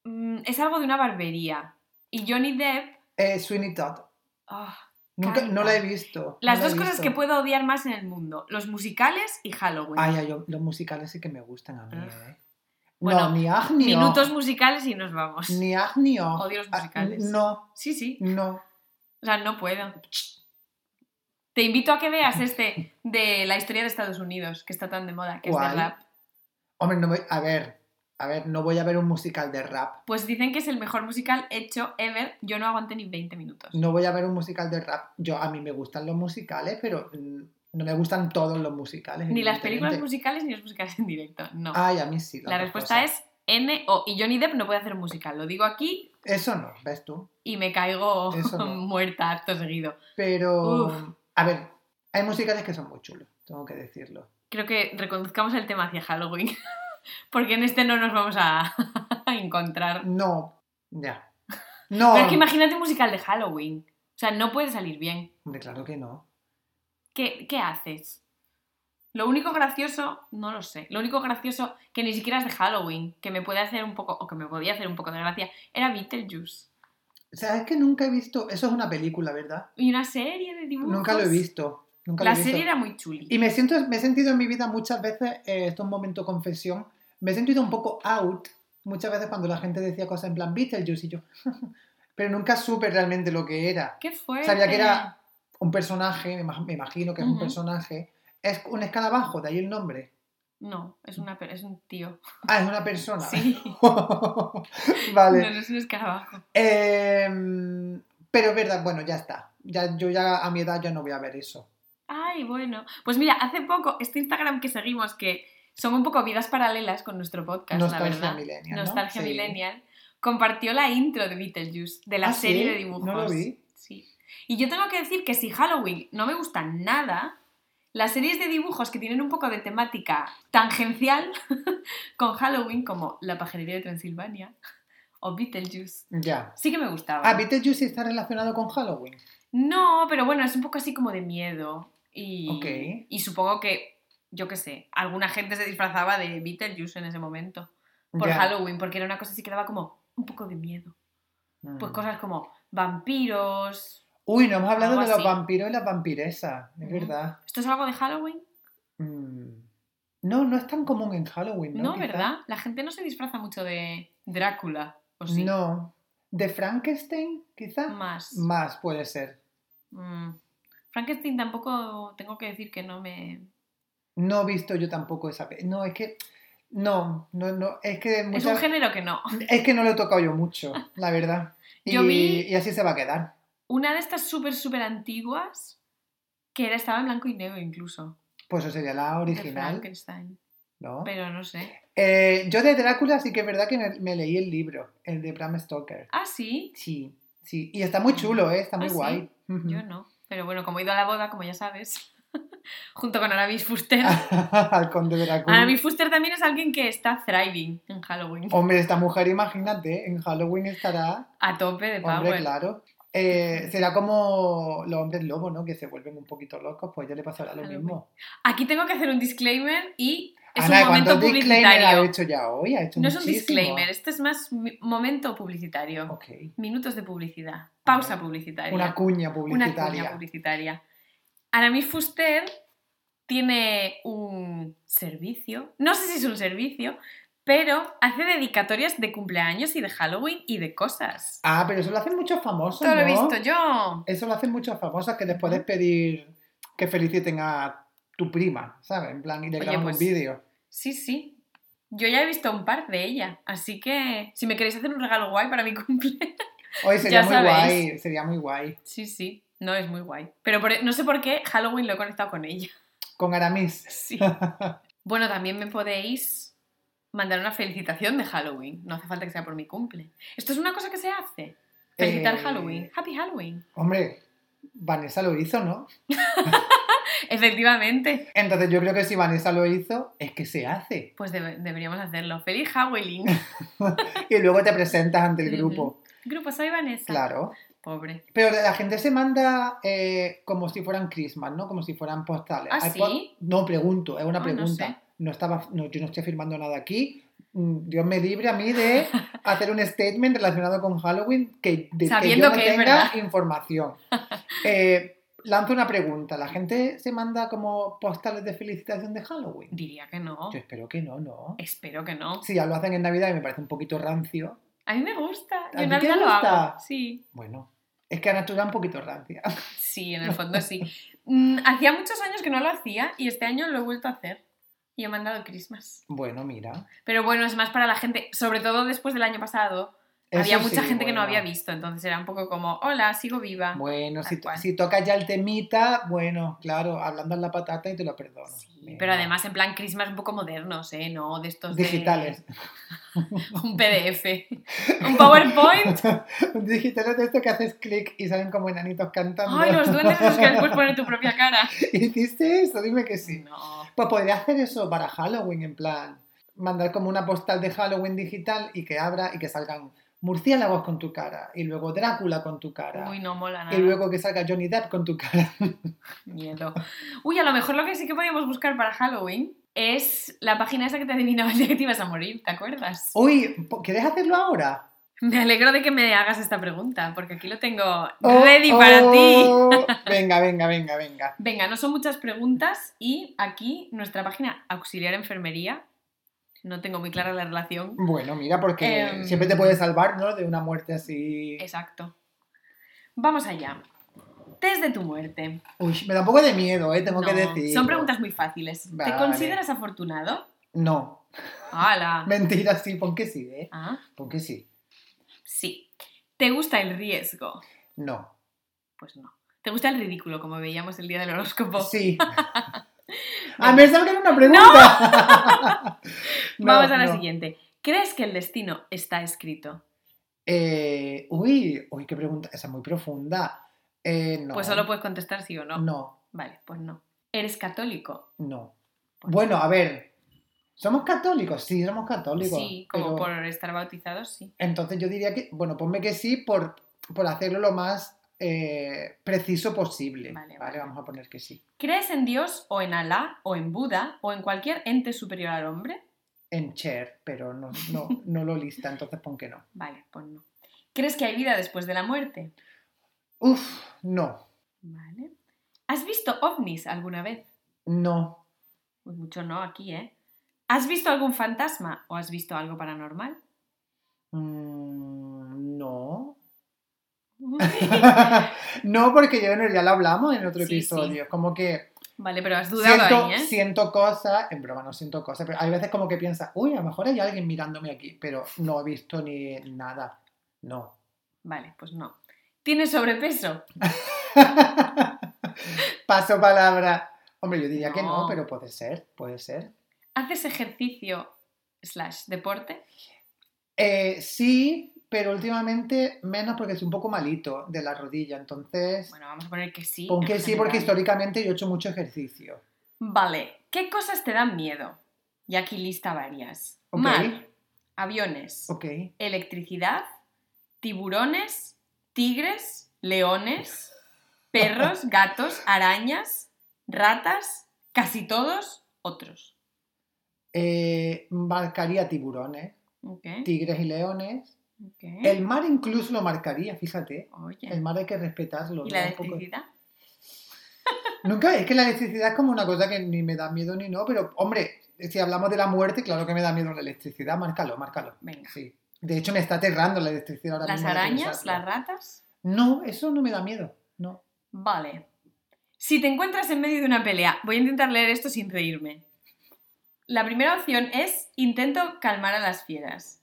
mm, es algo de una barbería. Y Johnny Depp...
Eh, Sweeney Todd.
ah,
Nunca,
Carita.
no la he visto.
Las
no la
dos
he
cosas
visto.
que puedo odiar más en el mundo, los musicales y Halloween.
Ay, ay, yo- los musicales sí que me gustan a mí,
Ah.
¿eh?
Bueno,
no, ni aj ni oh.
Minutos musicales y nos vamos.
Ni aj ni oh.
Odio los
Ah,
musicales.
no,
Sí, sí.
no.
O sea, no puedo. Te invito a que veas este de la historia de Estados Unidos, que está tan de moda, que es
¿Cuál?
de rap.
Hombre, no voy... A ver, a ver, no voy a ver un musical de rap.
Pues dicen que es el mejor musical hecho ever. Yo no aguanté ni 20 minutos.
No voy a ver un musical de rap. Yo, a mí me gustan los musicales, pero mm, no me gustan todos los musicales.
Ni las películas
evidentemente.
musicales ni los musicales en directo. No.
Ay, a mí sí.
la respuesta es N o. Y Johnny Depp no puede hacer un musical. Lo digo aquí
es... Eso no, ves tú.
y me caigo
Eso no.
muerta acto seguido.
Pero,
Uf.
a ver, hay musicales que son muy chulos, tengo que decirlo.
Creo que reconduzcamos el tema hacia Halloween. Porque en este no nos vamos a, a encontrar.
No, ya. No,
Pero es que imagínate un musical de Halloween. O sea, no puede salir bien.
hombre, claro que no.
¿Qué, qué haces? Lo único gracioso, no lo sé. Lo único gracioso que ni siquiera es de Halloween, que me puede hacer un poco, o que me podía hacer un poco de gracia, era Beetlejuice.
¿Sabes que nunca he visto? Eso es una película, ¿verdad?
Y una serie de dibujos.
Nunca lo he visto. Nunca
Mm, pues, La
lo he visto.
serie era muy chuli.
Y me siento, me he sentido en mi vida muchas veces, eh, esto es un momento confesión, me he sentido un poco out muchas veces cuando la gente decía cosas en plan Beetlejuice y yo, pero nunca supe realmente lo que era.
¿Qué fue?
Sabía que era un personaje, me imag- me imagino que es un
Ujú.
personaje. Es un escarabajo, de ahí el nombre.
No, es, una, per- es un tío.
Ah, es una persona.
Sí,
vale.
no, no es un escarabajo.
Em, pero es verdad, bueno, ya está. Ya, yo ya a mi edad ya no voy a ver eso.
Ay, bueno. Pues mira, hace poco, este Instagram que seguimos, que son un poco vidas paralelas con nuestro podcast, la
Nostalgia
verdad.
Millennial. ¿no?
Nostalgia
Sí.
Millennial, compartió la intro de Beetlejuice, de la
Ah,
serie
¿sí?
de dibujos.
No lo vi.
Sí. Y yo tengo que decir que si Halloween no me gusta nada, las series de dibujos que tienen un poco de temática tangencial con Halloween, como La pajarería de Transilvania o Beetlejuice,
Ya.
sí que me gustaba.
Ah, Beetlejuice sí está relacionado con Halloween.
No, pero bueno, es un poco así como de miedo. Y,
Ok.
y supongo que, yo qué sé, alguna gente se disfrazaba de Beetlejuice en ese momento, por
Ya.
Halloween, porque era una cosa así que daba como un poco de miedo.
Mm.
Pues cosas como vampiros.
Uy, no hemos hablado
algo
de los
así.
vampiros y las vampiresas, es
Ujú.
verdad.
¿Esto es algo de Halloween?
Mm. No, no es tan común en Halloween, ¿no?
No,
Quizá.
¿verdad? La gente no se disfraza mucho de Drácula, ¿o sí?
No. ¿De Frankenstein, quizá?
Más.
Más puede ser.
Mm. Frankenstein tampoco tengo que decir que no me...
No he visto yo tampoco esa. pe- No, es que. No, no, no. Es que.
Es
muchas-
un género que no.
Es que no lo he tocado yo mucho, la verdad. Y,
Yo vi-
y así se va a quedar.
Una de estas súper, súper antiguas que era, estaba en blanco y negro incluso.
Pues eso sería la
de
original,
Frankenstein.
¿no?
Pero no sé.
Eh, yo de Drácula sí que es verdad que me, me leí el libro, el de Bram Stoker.
Ah, sí.
Sí, sí. Y está muy chulo, ¿eh? Está muy
Ah, ¿sí?
guay. Ujú.
Yo no. Pero bueno, como he ido a la boda, como ya sabes, junto con Aramis Fuster.
Ah, Al conde Drácula.
Aramis Fuster también es alguien que está thriving en Halloween.
Hombre, esta mujer, imagínate, en Halloween estará...
A tope de power.
Hombre, claro. Eh, será como los hombres lobo, ¿no? Que se vuelven un poquito locos, pues ya le pasará lo
Halloween.
mismo.
Aquí tengo que hacer un disclaimer y es
Ana,
un momento
¿cuántos disclaimer ha
publicitario.
hecho ya hoy? Ha hecho
No es un
muchísimo.
disclaimer, este es más mi- momento publicitario.
Ok.
Minutos de publicidad. Pausa publicitaria.
Una cuña
Una
publicitaria.
cuña publicitaria. Aramis Fuster tiene un servicio, no sé si es un servicio, pero hace dedicatorias de cumpleaños y de Halloween y de cosas.
Ah, pero eso lo hacen muchos famosos,
Esto lo he
¿no?
visto yo.
Eso lo hacen muchos famosos que les puedes
Ujú.
pedir que feliciten a tu prima, ¿sabes? En plan, y le
Oye,
graban
pues-
un vídeo.
Sí, sí. Yo ya he visto un par de ella, así que si me queréis hacer un regalo guay para mi cumpleaños.
Hoy sería
ya
muy
sabéis.
guay, sería muy guay.
Sí, sí, no es muy guay. Pero por- e, no sé por qué Halloween lo he conectado con ella.
Con Aramis.
Sí. Bueno, también me podéis mandar una felicitación de Halloween. No hace falta que sea por mi cumple. Esto es una cosa que se hace. Felicitar
Eh,
Halloween. Happy Halloween.
Hombre, Vanessa lo hizo, ¿no?
Efectivamente.
Entonces yo creo que si Vanessa lo hizo, es que se hace.
Pues debe- deberíamos hacerlo. Feliz Halloween.
Y luego te presentas ante el grupo.
Grupo, soy Vanessa.
Claro.
Pobre.
Pero la gente se manda eh, como si fueran Christmas, ¿no? Como si fueran postales.
¿Ah,
Hay
sí?
po- No, pregunto, es una
Ah, no
pregunta.
sé.
No estaba, no, yo no estoy firmando nada aquí. mm, Dios me libre a mí de hacer un statement relacionado con Halloween que, de,
Sabiendo
yo no
que es
tenga
verdad.
información. Eh, lanzo una pregunta. ¿La gente se manda como postales de felicitación de Halloween?
Diría que no.
Yo espero que no, ¿no?
Espero que no.
Si ya lo hacen en Navidad y me parece un poquito rancio,
A mí me gusta. Yo
¿A
en
ti te
Navidad lo
gusta?
hago. Sí,
bueno, es que Ana tú eras un poquito rancia.
sí, en el fondo sí. Mm, hacía muchos años que no lo hacía y este año lo he vuelto a hacer. Y he mandado Christmas.
Bueno, mira.
Pero bueno, es más para la gente, sobre todo después del año pasado.
Eso
había mucha
sí,
gente que no
bueno.
había visto, entonces era un poco como, hola, sigo viva.
Bueno, si,
Tal cual.
si tocas ya el temita, bueno, claro, hablando en la patata y te lo perdono.
Sí,
Venga.
pero además en plan Christmas un poco modernos, ¿eh? No de estos de-
Digitales.
un PDF, un PowerPoint.
Digitales de esto que haces clic y salen como enanitos cantando.
Ay, los duendes esos que les puedes poner tu propia cara.
¿Hiciste eso? Dime que sí.
No.
Pues podría hacer eso para Halloween, en plan, mandar como una postal de Halloween digital y que abra y que salgan murciélagos con tu cara, y luego Drácula con tu cara,
Uy, no mola nada.
y luego que salga Johnny Depp con tu cara.
Miedo. Uy, a lo mejor lo que sí que podíamos buscar para Halloween es la página esa que te adivinaba el día que te ibas a morir, ¿te acuerdas?
Uy, po- ¿quieres hacerlo ahora?
Me alegro de que me hagas esta pregunta, porque aquí lo tengo
Oh,
ready para ti.
oh. Venga, venga, venga, venga.
Venga, no son muchas preguntas y aquí nuestra página auxiliar enfermería. No tengo muy clara la relación.
Bueno, mira, porque
Em.
siempre te puede salvar, ¿no? De una muerte así.
Exacto. Vamos allá. Test de tu muerte.
Uy, me da un poco de miedo, ¿eh? Tengo
No,
que decir.
Son preguntas muy fáciles.
Vale.
¿Te consideras afortunado?
No.
¡Hala!
Mentira, sí, pon que sí, ¿eh?
Ah,
Pon que sí.
sí. ¿Te gusta el riesgo?
No.
Pues no. ¿Te gusta el ridículo, como veíamos el día del horóscopo?
Sí. ah, me sale una pregunta. No,
Vamos a la
no.
siguiente. ¿Crees que el destino está escrito?
Eh, uy, uy, qué pregunta. Esa es muy profunda. Eh, no.
Pues solo puedes contestar sí o no.
No,
Vale, pues no. ¿Eres católico?
no. Bueno, a ver. ¿Somos católicos? Sí, somos católicos.
sí, como
pero-
por estar bautizado, sí.
Entonces yo diría que, bueno, ponme que sí por, por hacerlo lo más eh, preciso posible.
Vale,
Vale,
vale.
vamos a poner que sí.
¿Crees en Dios o en Alá o en Buda o en cualquier ente superior al hombre?
En share, pero no, no, no lo lista, entonces pon que no.
Vale, pues no. ¿Crees que hay vida después de la muerte?
Uf, no,
Vale. ¿Has visto ovnis alguna vez?
no,
Uy, mucho no aquí, ¿eh? ¿Has visto algún fantasma o has visto algo paranormal?
mm, no. no, porque yo bueno, ya lo hablamos en otro
Sí,
episodio. Es Como que
vale, pero has dudado
siento,
ahí, ¿eh?
siento cosas, en broma no siento cosas, pero hay veces como que piensas, uy, a lo mejor hay alguien mirándome aquí, pero no he visto ni nada. No.
Vale, pues no. ¿Tienes sobrepeso?
Paso palabra. Hombre, yo diría que
No.
no, pero puede ser, puede ser.
¿Haces ejercicio slash deporte?
Eh, sí, pero últimamente menos porque estoy un poco malito de la rodilla, entonces
Bueno, vamos a poner que sí.
pon
en
que sí porque
general.
históricamente yo he hecho mucho ejercicio.
Vale, ¿qué cosas te dan miedo? Y aquí lista varias.
Ok,
Mar, aviones,
ok.
electricidad, tiburones, tigres, leones, perros, gatos, arañas, ratas, casi todos, otros.
Eh, marcaría tiburones,
Ok,
tigres y leones.
ok.
El mar incluso lo marcaría, fíjate. El
Oye,
mar hay que respetarlo.
¿Eh? ¿y
¿no?
la
Un poco-
electricidad?
Nunca, es que la electricidad es como una cosa que ni me da miedo ni no, pero hombre, si hablamos de la muerte, claro que me da miedo la electricidad, márcalo, márcalo.
Venga.
Sí. De hecho, me está aterrando la electricidad ahora
¿Las
mismo de
arañas,
pensarlo.
las ratas?
No, eso no me da miedo. No.
Vale. Si te encuentras en medio de una pelea, voy a intentar leer esto sin reírme. La primera opción es intento calmar a las fieras.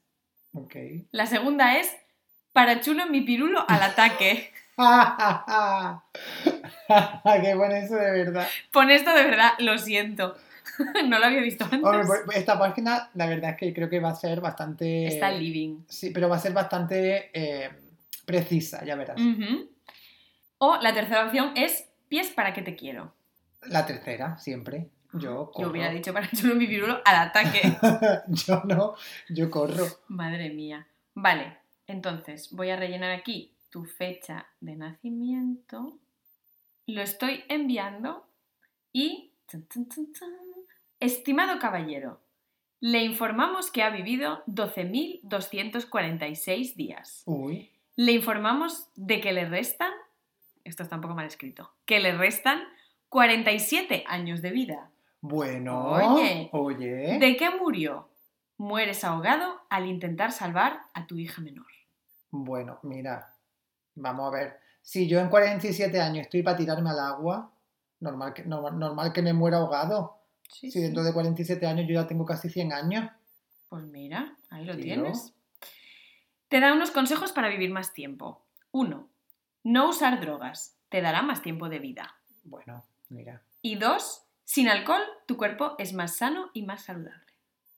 Ok.
La segunda es para chulo mi pirulo al ataque.
Qué bueno eso de verdad.
Pon esto de verdad, lo siento. no lo había visto antes.
Hombre, pues, por- esta página, la verdad es que creo que va a ser bastante.
Está living.
Sí, pero va a ser bastante eh, precisa, ya verás.
Ujú. O la tercera opción es pies para que te quiero.
La tercera, siempre. Yo corro.
Yo hubiera dicho para chulo mi pirulo al ataque.
yo no, yo corro.
Madre mía. Vale, entonces voy a rellenar aquí tu fecha de nacimiento. Lo estoy enviando y... tun, tun, tun, tun. Estimado caballero, Le informamos que ha vivido 12.246 días.
Uy.
Le informamos de que le restan, esto está un poco mal escrito, que le restan 47 años de vida.
Bueno.
Oye.
Oye.
¿De qué murió? Mueres ahogado al intentar salvar a tu hija menor.
Bueno, mira. Vamos a ver. Si yo en 47 años estoy para tirarme al agua, normal que, no- normal que me muera ahogado.
Sí,
si dentro de 47 años yo ya tengo casi 100 años.
Pues mira, ahí lo
Sí, ¿no?
tienes. Te da unos consejos para vivir más tiempo. Uno, no usar drogas, te dará más tiempo de vida.
Bueno, mira.
Y dos, sin alcohol tu cuerpo es más sano y más saludable.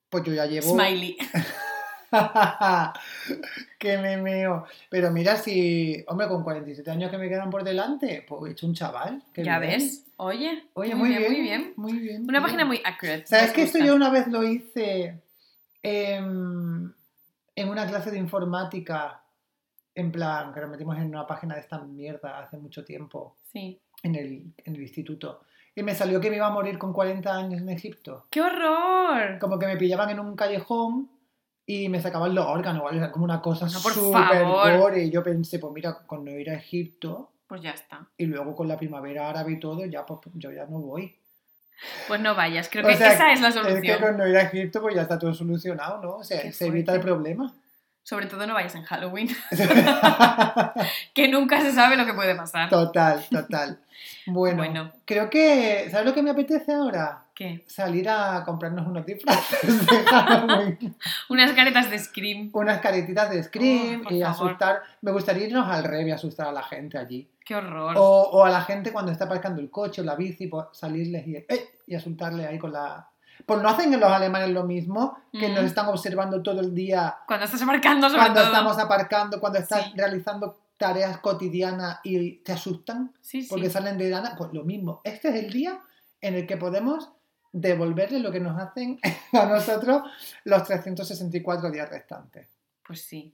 Pues yo ya llevo.
Smiley.
que me meo. Pero mira, si, hombre, con 47 años que me quedan por delante, pues he hecho un chaval. qué
ya
bien.
ves. Oye,
Oye, muy bien,
muy bien.
Muy bien.
Una
muy
página
bien.
muy accurate.
¿Sabes
me
que esto
gusta.
yo una vez lo hice em, en una clase de informática? En plan, que nos metimos en una página de esta mierda hace mucho tiempo,
Sí.
en el, en el instituto. Y me salió que me iba a morir con 40 años en Egipto.
¡Qué horror!
como que me pillaban en un callejón y me sacaban los órganos, ¿vale? Era como una cosa
No, por
súper
favor.
gore. Y yo pensé, pues mira, con no ir a Egipto
Pues ya está.
y luego con la primavera árabe y todo, ya pues yo ya no voy.
Pues no vayas, creo
O
que
sea,
esa es la
Es que
solución.
con no ir a Egipto, pues ya está todo solucionado, ¿no? O sea,
Qué
se evita el
fuerte.
problema.
Sobre todo no vayas en Halloween, que nunca se sabe lo que puede pasar.
total, total. Bueno,
Bueno.
creo que, ¿sabes lo que me apetece ahora?
¿Qué?
Salir a comprarnos unos disfraces de Halloween.
Unas caretas de Scream.
unas caretitas de Scream
Oh, por
y
favor.
asustar. Me gustaría irnos al revés y asustar a la gente allí.
¡Qué horror!
O, o a la gente cuando está aparcando el coche o la bici, pues, salirles y, ¡eh! y asustarle ahí con la. Pues no hacen los alemanes lo mismo, que
Mm.
nos están observando todo el día
Cuando estás marcando sobre
cuando
todo.
estamos aparcando, cuando estás
Sí.
realizando tareas cotidianas y te asustan
Sí, sí.
porque salen de lana. Pues lo mismo. Este es el día en el que podemos devolverle lo que nos hacen a nosotros los 364 días restantes.
Pues sí.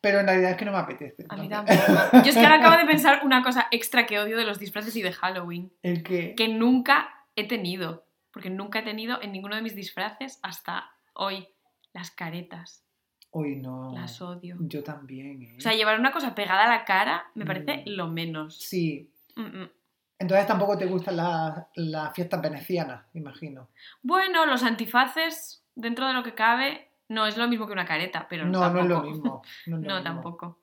Pero en realidad es que no me apetece.
A mí
entonces.
tampoco. Yo es que ahora acabo de pensar una cosa extra que odio de los disfraces y de Halloween.
El que.
Que nunca he tenido. Porque nunca he tenido en ninguno de mis disfraces hasta hoy. Las caretas.
Hoy no.
Las odio.
Yo también, ¿eh?
O sea, llevar una cosa pegada a la cara me parece
Mm.
lo menos.
Sí.
Mm, mm.
Entonces tampoco te gustan las las fiestas venecianas, imagino.
Bueno, los antifaces, dentro de lo que cabe, no es lo mismo que una careta, pero
no, no
tampoco.
es lo mismo. No, es lo
No,
mismo.
tampoco.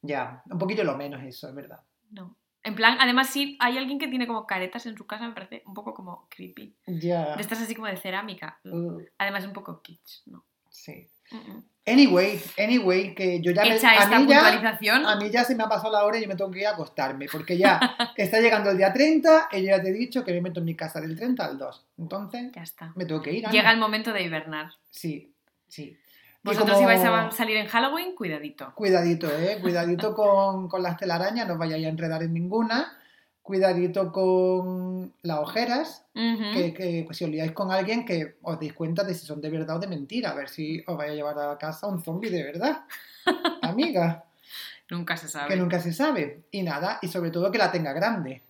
Ya, un poquito lo menos eso, es verdad.
No. En plan, además, si hay alguien que tiene como caretas en su casa, me parece un poco como creepy.
Ya.
De estas así como de cerámica.
Uh,
Además, un poco kitsch, ¿no?
sí.
Mm, mm.
Anyway, anyway, que yo ya me-
Hecha
a
esta
mí ya,
puntualización,
a mí ya se me ha pasado la hora y yo me tengo que ir a acostarme, porque ya está llegando el día 30 y yo ya te he dicho que me meto en mi casa del 30 al 2. Entonces,
ya está.
me tengo que ir. Ana.
Llega el momento de hibernar.
Sí, sí. Y
Vosotros
como-
si vais a salir en Halloween, cuidadito.
Cuidadito, ¿eh? Cuidadito con, con las telarañas, no os vayáis a enredar en ninguna. Cuidadito con las ojeras,
Ujú.
que, que si os liáis con alguien que os deis cuenta de si son de verdad o de mentira, a ver si os vais a llevar a casa un zombie de verdad. Amiga,
Nunca se sabe.
que nunca se sabe. Y nada, y sobre todo que la tenga grande.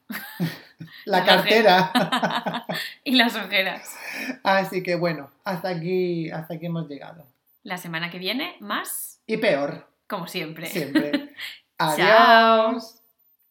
la
La
cartera.
Y las ojeras.
Así que bueno, hasta aquí, hasta aquí hemos llegado.
La semana que viene, más,
Y peor,
como siempre.
siempre.
Chao.
Adiós.